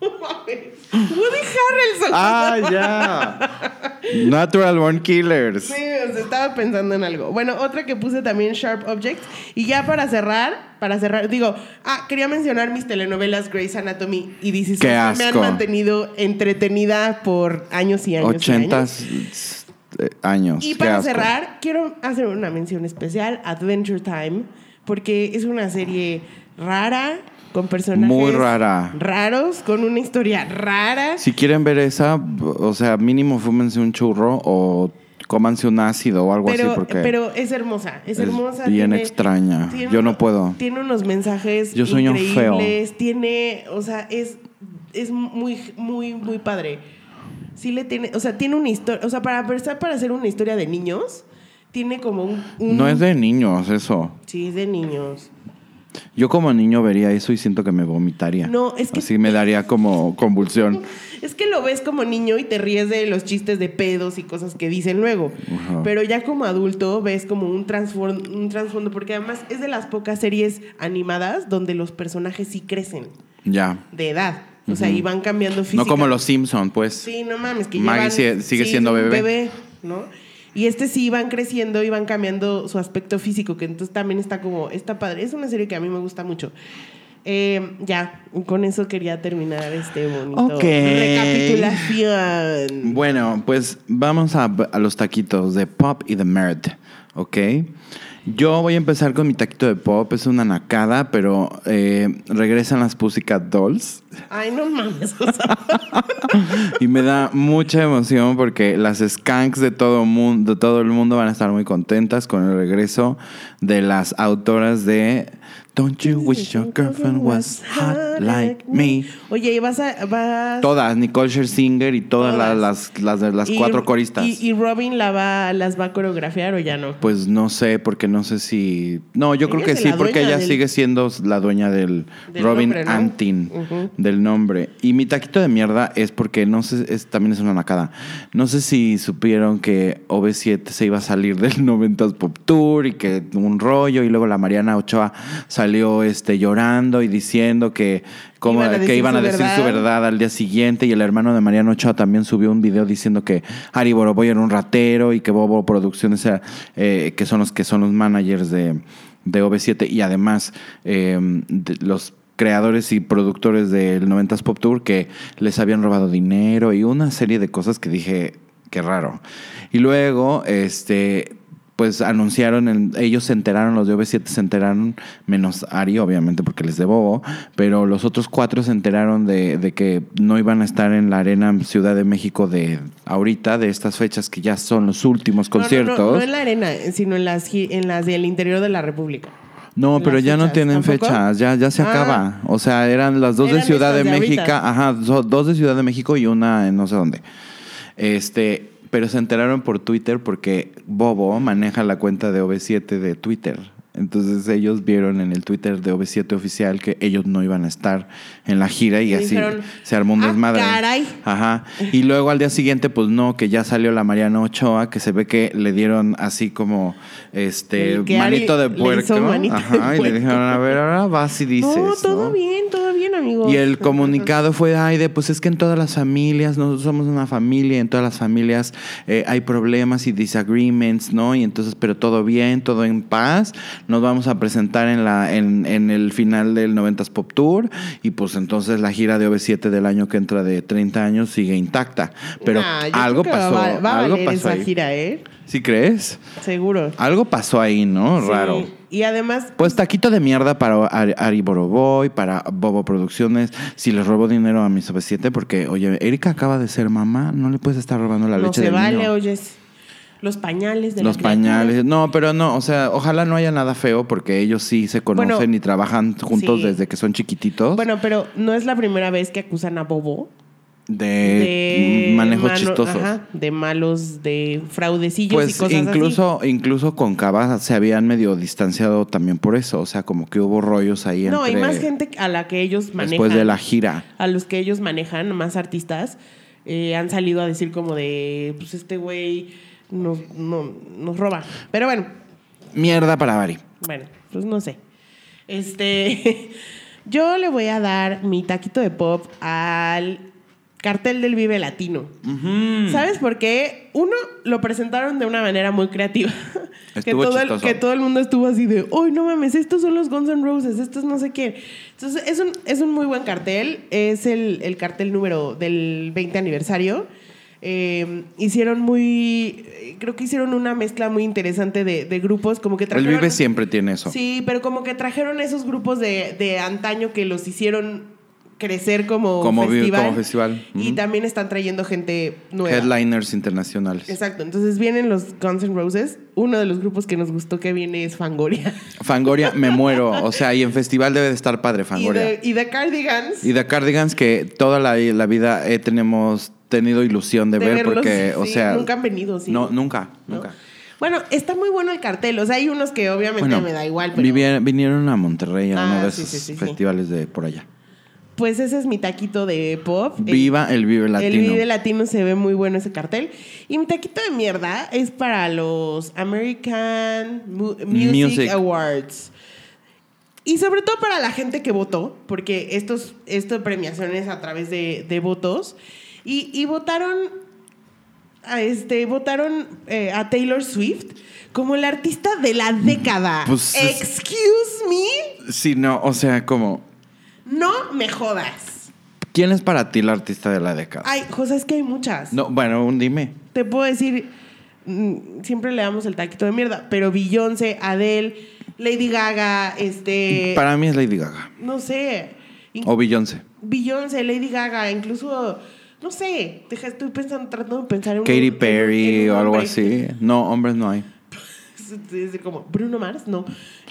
[SPEAKER 2] No mames. Woody Harrelson.
[SPEAKER 3] Ah, ya. Natural Born Killers.
[SPEAKER 2] Sí, o sea, estaba pensando en algo. Bueno, otra que puse también Sharp Objects. Y ya para cerrar, para cerrar, digo, ah, quería mencionar mis telenovelas Grey's Anatomy y This Is
[SPEAKER 3] Qué
[SPEAKER 2] Us, que me han
[SPEAKER 3] asco.
[SPEAKER 2] mantenido entretenida por años y años. y años.
[SPEAKER 3] 80 eh, años.
[SPEAKER 2] Y
[SPEAKER 3] Qué
[SPEAKER 2] para
[SPEAKER 3] asco.
[SPEAKER 2] cerrar, quiero hacer una mención especial, Adventure Time, porque es una serie rara, con personajes
[SPEAKER 3] Muy rara.
[SPEAKER 2] raros, con una historia rara.
[SPEAKER 3] Si quieren ver esa, o sea, mínimo fúmense un churro o cómanse un ácido o algo
[SPEAKER 2] pero,
[SPEAKER 3] así porque
[SPEAKER 2] pero es hermosa, es,
[SPEAKER 3] es
[SPEAKER 2] hermosa.
[SPEAKER 3] bien
[SPEAKER 2] tiene-
[SPEAKER 3] extraña.
[SPEAKER 2] tiene
[SPEAKER 3] Yo
[SPEAKER 2] uno-
[SPEAKER 3] no puedo.
[SPEAKER 2] Tiene unos mensajes
[SPEAKER 3] Yo soy un feo.
[SPEAKER 2] increíbles. Tiene, o sea, es, es muy, muy, muy padre. Sí le tiene, o sea, tiene una historia, o sea, para empezar, para hacer una historia de niños, tiene como un... un-
[SPEAKER 3] No es de niños eso.
[SPEAKER 2] Sí, es de niños.
[SPEAKER 3] Yo como niño vería eso y siento que me vomitaría.
[SPEAKER 2] No, es que-
[SPEAKER 3] así me daría como convulsión.
[SPEAKER 2] Es que lo ves como niño y te ríes de los chistes de pedos y cosas que dicen luego.
[SPEAKER 3] Ajá.
[SPEAKER 2] Pero ya como adulto ves como un transfor- un trasfondo, porque además es de las pocas series animadas donde los personajes sí crecen
[SPEAKER 3] Ya.
[SPEAKER 2] de edad. O sea, y van cambiando
[SPEAKER 3] No
[SPEAKER 2] físicamente.
[SPEAKER 3] como los Simpson, pues.
[SPEAKER 2] Sí, no mames, que
[SPEAKER 3] Maggie
[SPEAKER 2] llevan-
[SPEAKER 3] sie- sigue
[SPEAKER 2] sí,
[SPEAKER 3] siendo
[SPEAKER 2] un
[SPEAKER 3] bebé.
[SPEAKER 2] ¿no? Y este sí van creciendo y van cambiando su aspecto físico, que entonces también está como, está padre. Es una serie que a mí me gusta mucho. Eh, ya, con eso quería terminar este bonito
[SPEAKER 3] Ok.
[SPEAKER 2] recapitulación.
[SPEAKER 3] Bueno, pues vamos a, a los taquitos de Pop y de Merd, ¿ok? Yo voy a empezar con mi taquito de pop. Es una nacada, pero eh, regresan las Pussycat Dolls.
[SPEAKER 2] Ay, no mames. o sea,
[SPEAKER 3] Y me da mucha emoción porque las skanks de todo, mundo, de todo el mundo van a estar muy contentas con el regreso de las autoras de Don't You Wish Your Girlfriend Was Hot Like Me.
[SPEAKER 2] Oye, y vas a. Vas...
[SPEAKER 3] Todas, Nicole Scherzinger y todas,
[SPEAKER 2] Todas.
[SPEAKER 3] las, las, las, de las
[SPEAKER 2] y-
[SPEAKER 3] cuatro coristas.
[SPEAKER 2] Y, y Robin la va, las va a coreografiar o ya no.
[SPEAKER 3] Pues no sé, porque no sé si. No, yo
[SPEAKER 2] Ella
[SPEAKER 3] creo que
[SPEAKER 2] es
[SPEAKER 3] sí,
[SPEAKER 2] la
[SPEAKER 3] porque
[SPEAKER 2] dueña
[SPEAKER 3] ella
[SPEAKER 2] del-
[SPEAKER 3] sigue siendo la dueña del,
[SPEAKER 2] Del
[SPEAKER 3] Robin
[SPEAKER 2] nombre, ¿no?
[SPEAKER 3] Antin,
[SPEAKER 2] Ujú.
[SPEAKER 3] del nombre. Y mi taquito de mierda es porque no sé, es, también es una nacada. No sé si supieron que OV7 se iba a salir del 90s Pop Tour y que un rollo, y luego la Mariana Ochoa salió este, llorando y diciendo que. Como,
[SPEAKER 2] Iban a
[SPEAKER 3] que
[SPEAKER 2] decir
[SPEAKER 3] iban a
[SPEAKER 2] su
[SPEAKER 3] decir su
[SPEAKER 2] verdad.
[SPEAKER 3] verdad al día siguiente y el hermano de Mariano Ochoa también subió un video diciendo que Ari Boroboy era un ratero y que Bobo Producciones, era, eh, que son los que son los managers de, de OV7 y además eh, de- los creadores y productores del 90s Pop Tour que les habían robado dinero y una serie de cosas que dije, qué raro. Y luego, este... Pues anunciaron, en- ellos se enteraron, los de OV7 se enteraron, menos Ari, obviamente, porque les debo, pero los otros cuatro se enteraron de, de que no iban a estar en la Arena Ciudad de México de ahorita, de estas fechas que ya son los últimos
[SPEAKER 2] No, no, no,
[SPEAKER 3] conciertos.
[SPEAKER 2] No,
[SPEAKER 3] No,
[SPEAKER 2] en la arena, sino en las, gi- en las del interior de la República. en
[SPEAKER 3] pero
[SPEAKER 2] las
[SPEAKER 3] ya no
[SPEAKER 2] fechas,
[SPEAKER 3] tienen
[SPEAKER 2] ¿tampoco?
[SPEAKER 3] fechas, ya, ya se
[SPEAKER 2] Ah.
[SPEAKER 3] acaba. O sea, eran las dos
[SPEAKER 2] Eran
[SPEAKER 3] de Ciudad de,
[SPEAKER 2] estas de
[SPEAKER 3] México,
[SPEAKER 2] ahorita.
[SPEAKER 3] ajá, so- dos de Ciudad de México y una en no sé dónde. Este, pero se enteraron por Twitter porque Bobo maneja la cuenta de OV7 de Twitter. Entonces ellos vieron en el Twitter de OV7 oficial que ellos no iban a estar en la gira y
[SPEAKER 2] Y
[SPEAKER 3] así
[SPEAKER 2] dijeron,
[SPEAKER 3] se armó un
[SPEAKER 2] "Ah,
[SPEAKER 3] desmadre.
[SPEAKER 2] caray".
[SPEAKER 3] Ajá. Y luego al día siguiente, pues no, que ya salió la Mariana Ochoa, que se ve que le dieron así como este
[SPEAKER 2] El que
[SPEAKER 3] manito
[SPEAKER 2] Ari
[SPEAKER 3] de
[SPEAKER 2] le
[SPEAKER 3] puerco.
[SPEAKER 2] hizo manito de
[SPEAKER 3] Ajá. Y le
[SPEAKER 2] puerco.
[SPEAKER 3] dijeron, a ver, ahora vas y dices.
[SPEAKER 2] no, todo
[SPEAKER 3] ¿no?
[SPEAKER 2] bien, todo bien, amigo.
[SPEAKER 3] Y el comunicado fue, ay, de, pues es que en todas las familias, nosotros somos una familia, y en todas las familias eh, hay problemas y disagreements, ¿no? Y entonces, pero todo bien, todo en paz. Nos vamos a presentar en, la, en, en el final del 90s Pop Tour y pues entonces la gira de OV7 del año que entra de 30 años sigue intacta. Pero
[SPEAKER 2] Nah, yo
[SPEAKER 3] algo
[SPEAKER 2] creo que
[SPEAKER 3] pasó,
[SPEAKER 2] Va, va a
[SPEAKER 3] algo
[SPEAKER 2] valer
[SPEAKER 3] pasó
[SPEAKER 2] esa
[SPEAKER 3] ahí.
[SPEAKER 2] gira, ¿eh?
[SPEAKER 3] ¿Sí crees?
[SPEAKER 2] Seguro.
[SPEAKER 3] Algo pasó ahí, ¿no?
[SPEAKER 2] Sí.
[SPEAKER 3] Ah, Raro.
[SPEAKER 2] Y además,
[SPEAKER 3] Pues taquito de mierda para Ari, Ari Boroboy, para Bobo Producciones. Si les robo dinero a mis OV7, porque, oye, Erika acaba de ser mamá, no le puedes estar robando la
[SPEAKER 2] no
[SPEAKER 3] leche
[SPEAKER 2] se
[SPEAKER 3] del
[SPEAKER 2] vale,
[SPEAKER 3] niño.
[SPEAKER 2] oyes. Los pañales de la
[SPEAKER 3] Los
[SPEAKER 2] criatura.
[SPEAKER 3] pañales. No, pero no, o sea, ojalá no haya nada feo, porque ellos sí se conocen
[SPEAKER 2] Bueno,
[SPEAKER 3] y trabajan juntos
[SPEAKER 2] sí.
[SPEAKER 3] desde que son chiquititos.
[SPEAKER 2] Bueno, pero no es la primera vez que acusan a Bobo
[SPEAKER 3] de,
[SPEAKER 2] de
[SPEAKER 3] Eh, mm, manejos
[SPEAKER 2] mano-
[SPEAKER 3] chistosos.
[SPEAKER 2] ajá, de malos, de fraudecillos y
[SPEAKER 3] Pues
[SPEAKER 2] cosas así.
[SPEAKER 3] incluso, incluso con Cava se habían medio distanciado también por eso. O sea, como que hubo rollos ahí
[SPEAKER 2] No, hay
[SPEAKER 3] entre-
[SPEAKER 2] más gente a la que ellos manejan.
[SPEAKER 3] después de la gira.
[SPEAKER 2] a los que ellos manejan, más artistas, eh, han salido a decir como de, pues este güey nos, no- nos roba. Pero bueno,
[SPEAKER 3] Mierda para Ari.
[SPEAKER 2] bueno, pues no sé. Este, yo le voy a dar mi taquito de pop al cartel del Vive Latino.
[SPEAKER 3] Mm.
[SPEAKER 2] ¿Sabes por qué? Uno, lo presentaron de una manera muy creativa. que,
[SPEAKER 3] Estuvo
[SPEAKER 2] todo el,
[SPEAKER 3] chistoso.
[SPEAKER 2] que todo el mundo estuvo así de, ¡Uy, no mames! Estos son los Guns N' Roses, estos no sé qué. Entonces, es un, es un muy buen cartel. Es el, el cartel número del 20 aniversario. Eh, hicieron muy. Creo que hicieron una mezcla muy interesante de, de grupos, como que
[SPEAKER 3] El
[SPEAKER 2] trajeron.
[SPEAKER 3] Vive siempre tiene eso.
[SPEAKER 2] Sí, pero como que trajeron esos grupos de, de antaño que los hicieron crecer como,
[SPEAKER 3] Como vi-
[SPEAKER 2] festival.
[SPEAKER 3] como festival.
[SPEAKER 2] Y
[SPEAKER 3] Ujú.
[SPEAKER 2] también están trayendo gente nueva.
[SPEAKER 3] Headliners internacionales.
[SPEAKER 2] Exacto, entonces vienen los Guns N' Roses. Uno de los grupos que nos gustó que viene es Fangoria.
[SPEAKER 3] Fangoria, me muero. O sea, y en festival debe de estar padre
[SPEAKER 2] Y
[SPEAKER 3] Fangoria.
[SPEAKER 2] de, y The Cardigans.
[SPEAKER 3] Y The Cardigans, que toda la, la vida eh, tenemos tenido ilusión de,
[SPEAKER 2] de
[SPEAKER 3] ver,
[SPEAKER 2] verlos,
[SPEAKER 3] porque, o
[SPEAKER 2] sí,
[SPEAKER 3] sea.
[SPEAKER 2] Nunca han venido, sí.
[SPEAKER 3] No, nunca,
[SPEAKER 2] ¿no?
[SPEAKER 3] nunca.
[SPEAKER 2] Bueno, está muy bueno el cartel. O sea, hay unos que obviamente
[SPEAKER 3] Bueno,
[SPEAKER 2] me da igual, pero.
[SPEAKER 3] vivieron- vinieron a Monterrey a
[SPEAKER 2] Ah,
[SPEAKER 3] uno de
[SPEAKER 2] sí,
[SPEAKER 3] esos
[SPEAKER 2] sí, sí, sí.
[SPEAKER 3] festivales de por allá.
[SPEAKER 2] Pues ese es mi taquito de pop. El-
[SPEAKER 3] Viva el Vive Latino.
[SPEAKER 2] El Vive Latino se ve muy bueno ese cartel. Y mi taquito de mierda es para los American Mu- Music,
[SPEAKER 3] Music.
[SPEAKER 2] Awards. Y sobre todo para la gente que votó, porque estos, esto premiaciones a través de, de votos. Y, y votaron, a este, votaron eh, a Taylor Swift como el artista de la década.
[SPEAKER 3] Pues es-
[SPEAKER 2] Excuse me,
[SPEAKER 3] Sí, no, o sea, como.
[SPEAKER 2] no me jodas.
[SPEAKER 3] ¿Quién es para ti la artista de la década?
[SPEAKER 2] Ay, José, es que hay muchas.
[SPEAKER 3] No, bueno, un dime.
[SPEAKER 2] Te puedo decir mm, siempre le damos el taquito de mierda, pero Beyoncé, Adele, Lady Gaga, este,
[SPEAKER 3] Para Oh. mí es Lady Gaga
[SPEAKER 2] no sé, in-
[SPEAKER 3] o Beyoncé.
[SPEAKER 2] Beyoncé, Lady Gaga, incluso, no sé, deja- estoy pensando, tratando de pensar en un-
[SPEAKER 3] Katy
[SPEAKER 2] en un- en
[SPEAKER 3] Perry
[SPEAKER 2] un
[SPEAKER 3] o algo
[SPEAKER 2] hombre.
[SPEAKER 3] así. No, hombres no hay.
[SPEAKER 2] Es decir, como Bruno Mars, no,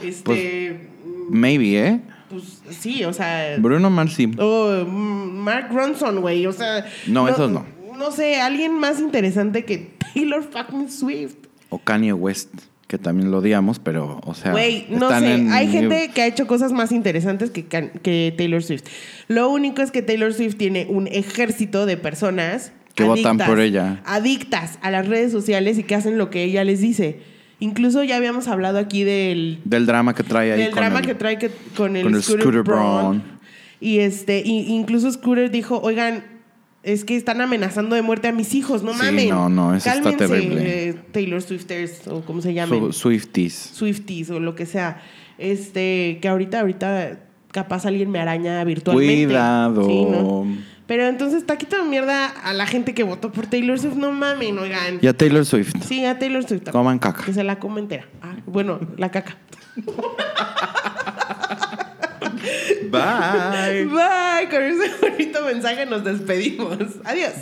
[SPEAKER 2] este, mm,
[SPEAKER 3] Maybe, ¿eh?
[SPEAKER 2] pues sí, o sea,
[SPEAKER 3] Bruno Mars sí.
[SPEAKER 2] o mm, Mark Ronson, güey, o sea,
[SPEAKER 3] No, esos no.
[SPEAKER 2] no sé, alguien más interesante que Taylor fucking Swift.
[SPEAKER 3] O Kanye West, que también lo odiamos, pero, o sea.
[SPEAKER 2] Güey, no
[SPEAKER 3] están
[SPEAKER 2] sé.
[SPEAKER 3] en-
[SPEAKER 2] Hay gente que ha hecho cosas más interesantes que, Can- que Taylor Swift. Lo único es que Taylor Swift tiene un ejército de personas
[SPEAKER 3] Que votan por ella.
[SPEAKER 2] Adictas a las redes sociales y que hacen lo que ella les dice. Incluso ya habíamos hablado aquí del,
[SPEAKER 3] Del drama que trae ahí.
[SPEAKER 2] del
[SPEAKER 3] con
[SPEAKER 2] drama
[SPEAKER 3] el-
[SPEAKER 2] que trae que- con el,
[SPEAKER 3] con el
[SPEAKER 2] Scooter,
[SPEAKER 3] Scooter
[SPEAKER 2] Braun.
[SPEAKER 3] Braun.
[SPEAKER 2] Y este, y- incluso Scooter dijo, oigan, es que están amenazando de muerte a mis hijos, no
[SPEAKER 3] Sí,
[SPEAKER 2] mamen.
[SPEAKER 3] no, no, eso está
[SPEAKER 2] Cálmense,
[SPEAKER 3] terrible.
[SPEAKER 2] eh, Taylor Swifters o como se llamen.
[SPEAKER 3] Su- Swifties.
[SPEAKER 2] Swifties o lo que sea. Este, que ahorita, ahorita capaz alguien me araña virtualmente.
[SPEAKER 3] Cuidado.
[SPEAKER 2] Sí, ¿no? Pero entonces, taquito de mierda a la gente que votó por Taylor Swift, no mamen, oigan.
[SPEAKER 3] Y a Taylor Swift.
[SPEAKER 2] Sí, a Taylor Swift.
[SPEAKER 3] Coman caca.
[SPEAKER 2] Que se la coma entera. Ah, bueno, la caca.
[SPEAKER 3] Bye.
[SPEAKER 2] Bye, con ese bonito mensaje nos despedimos. Adiós.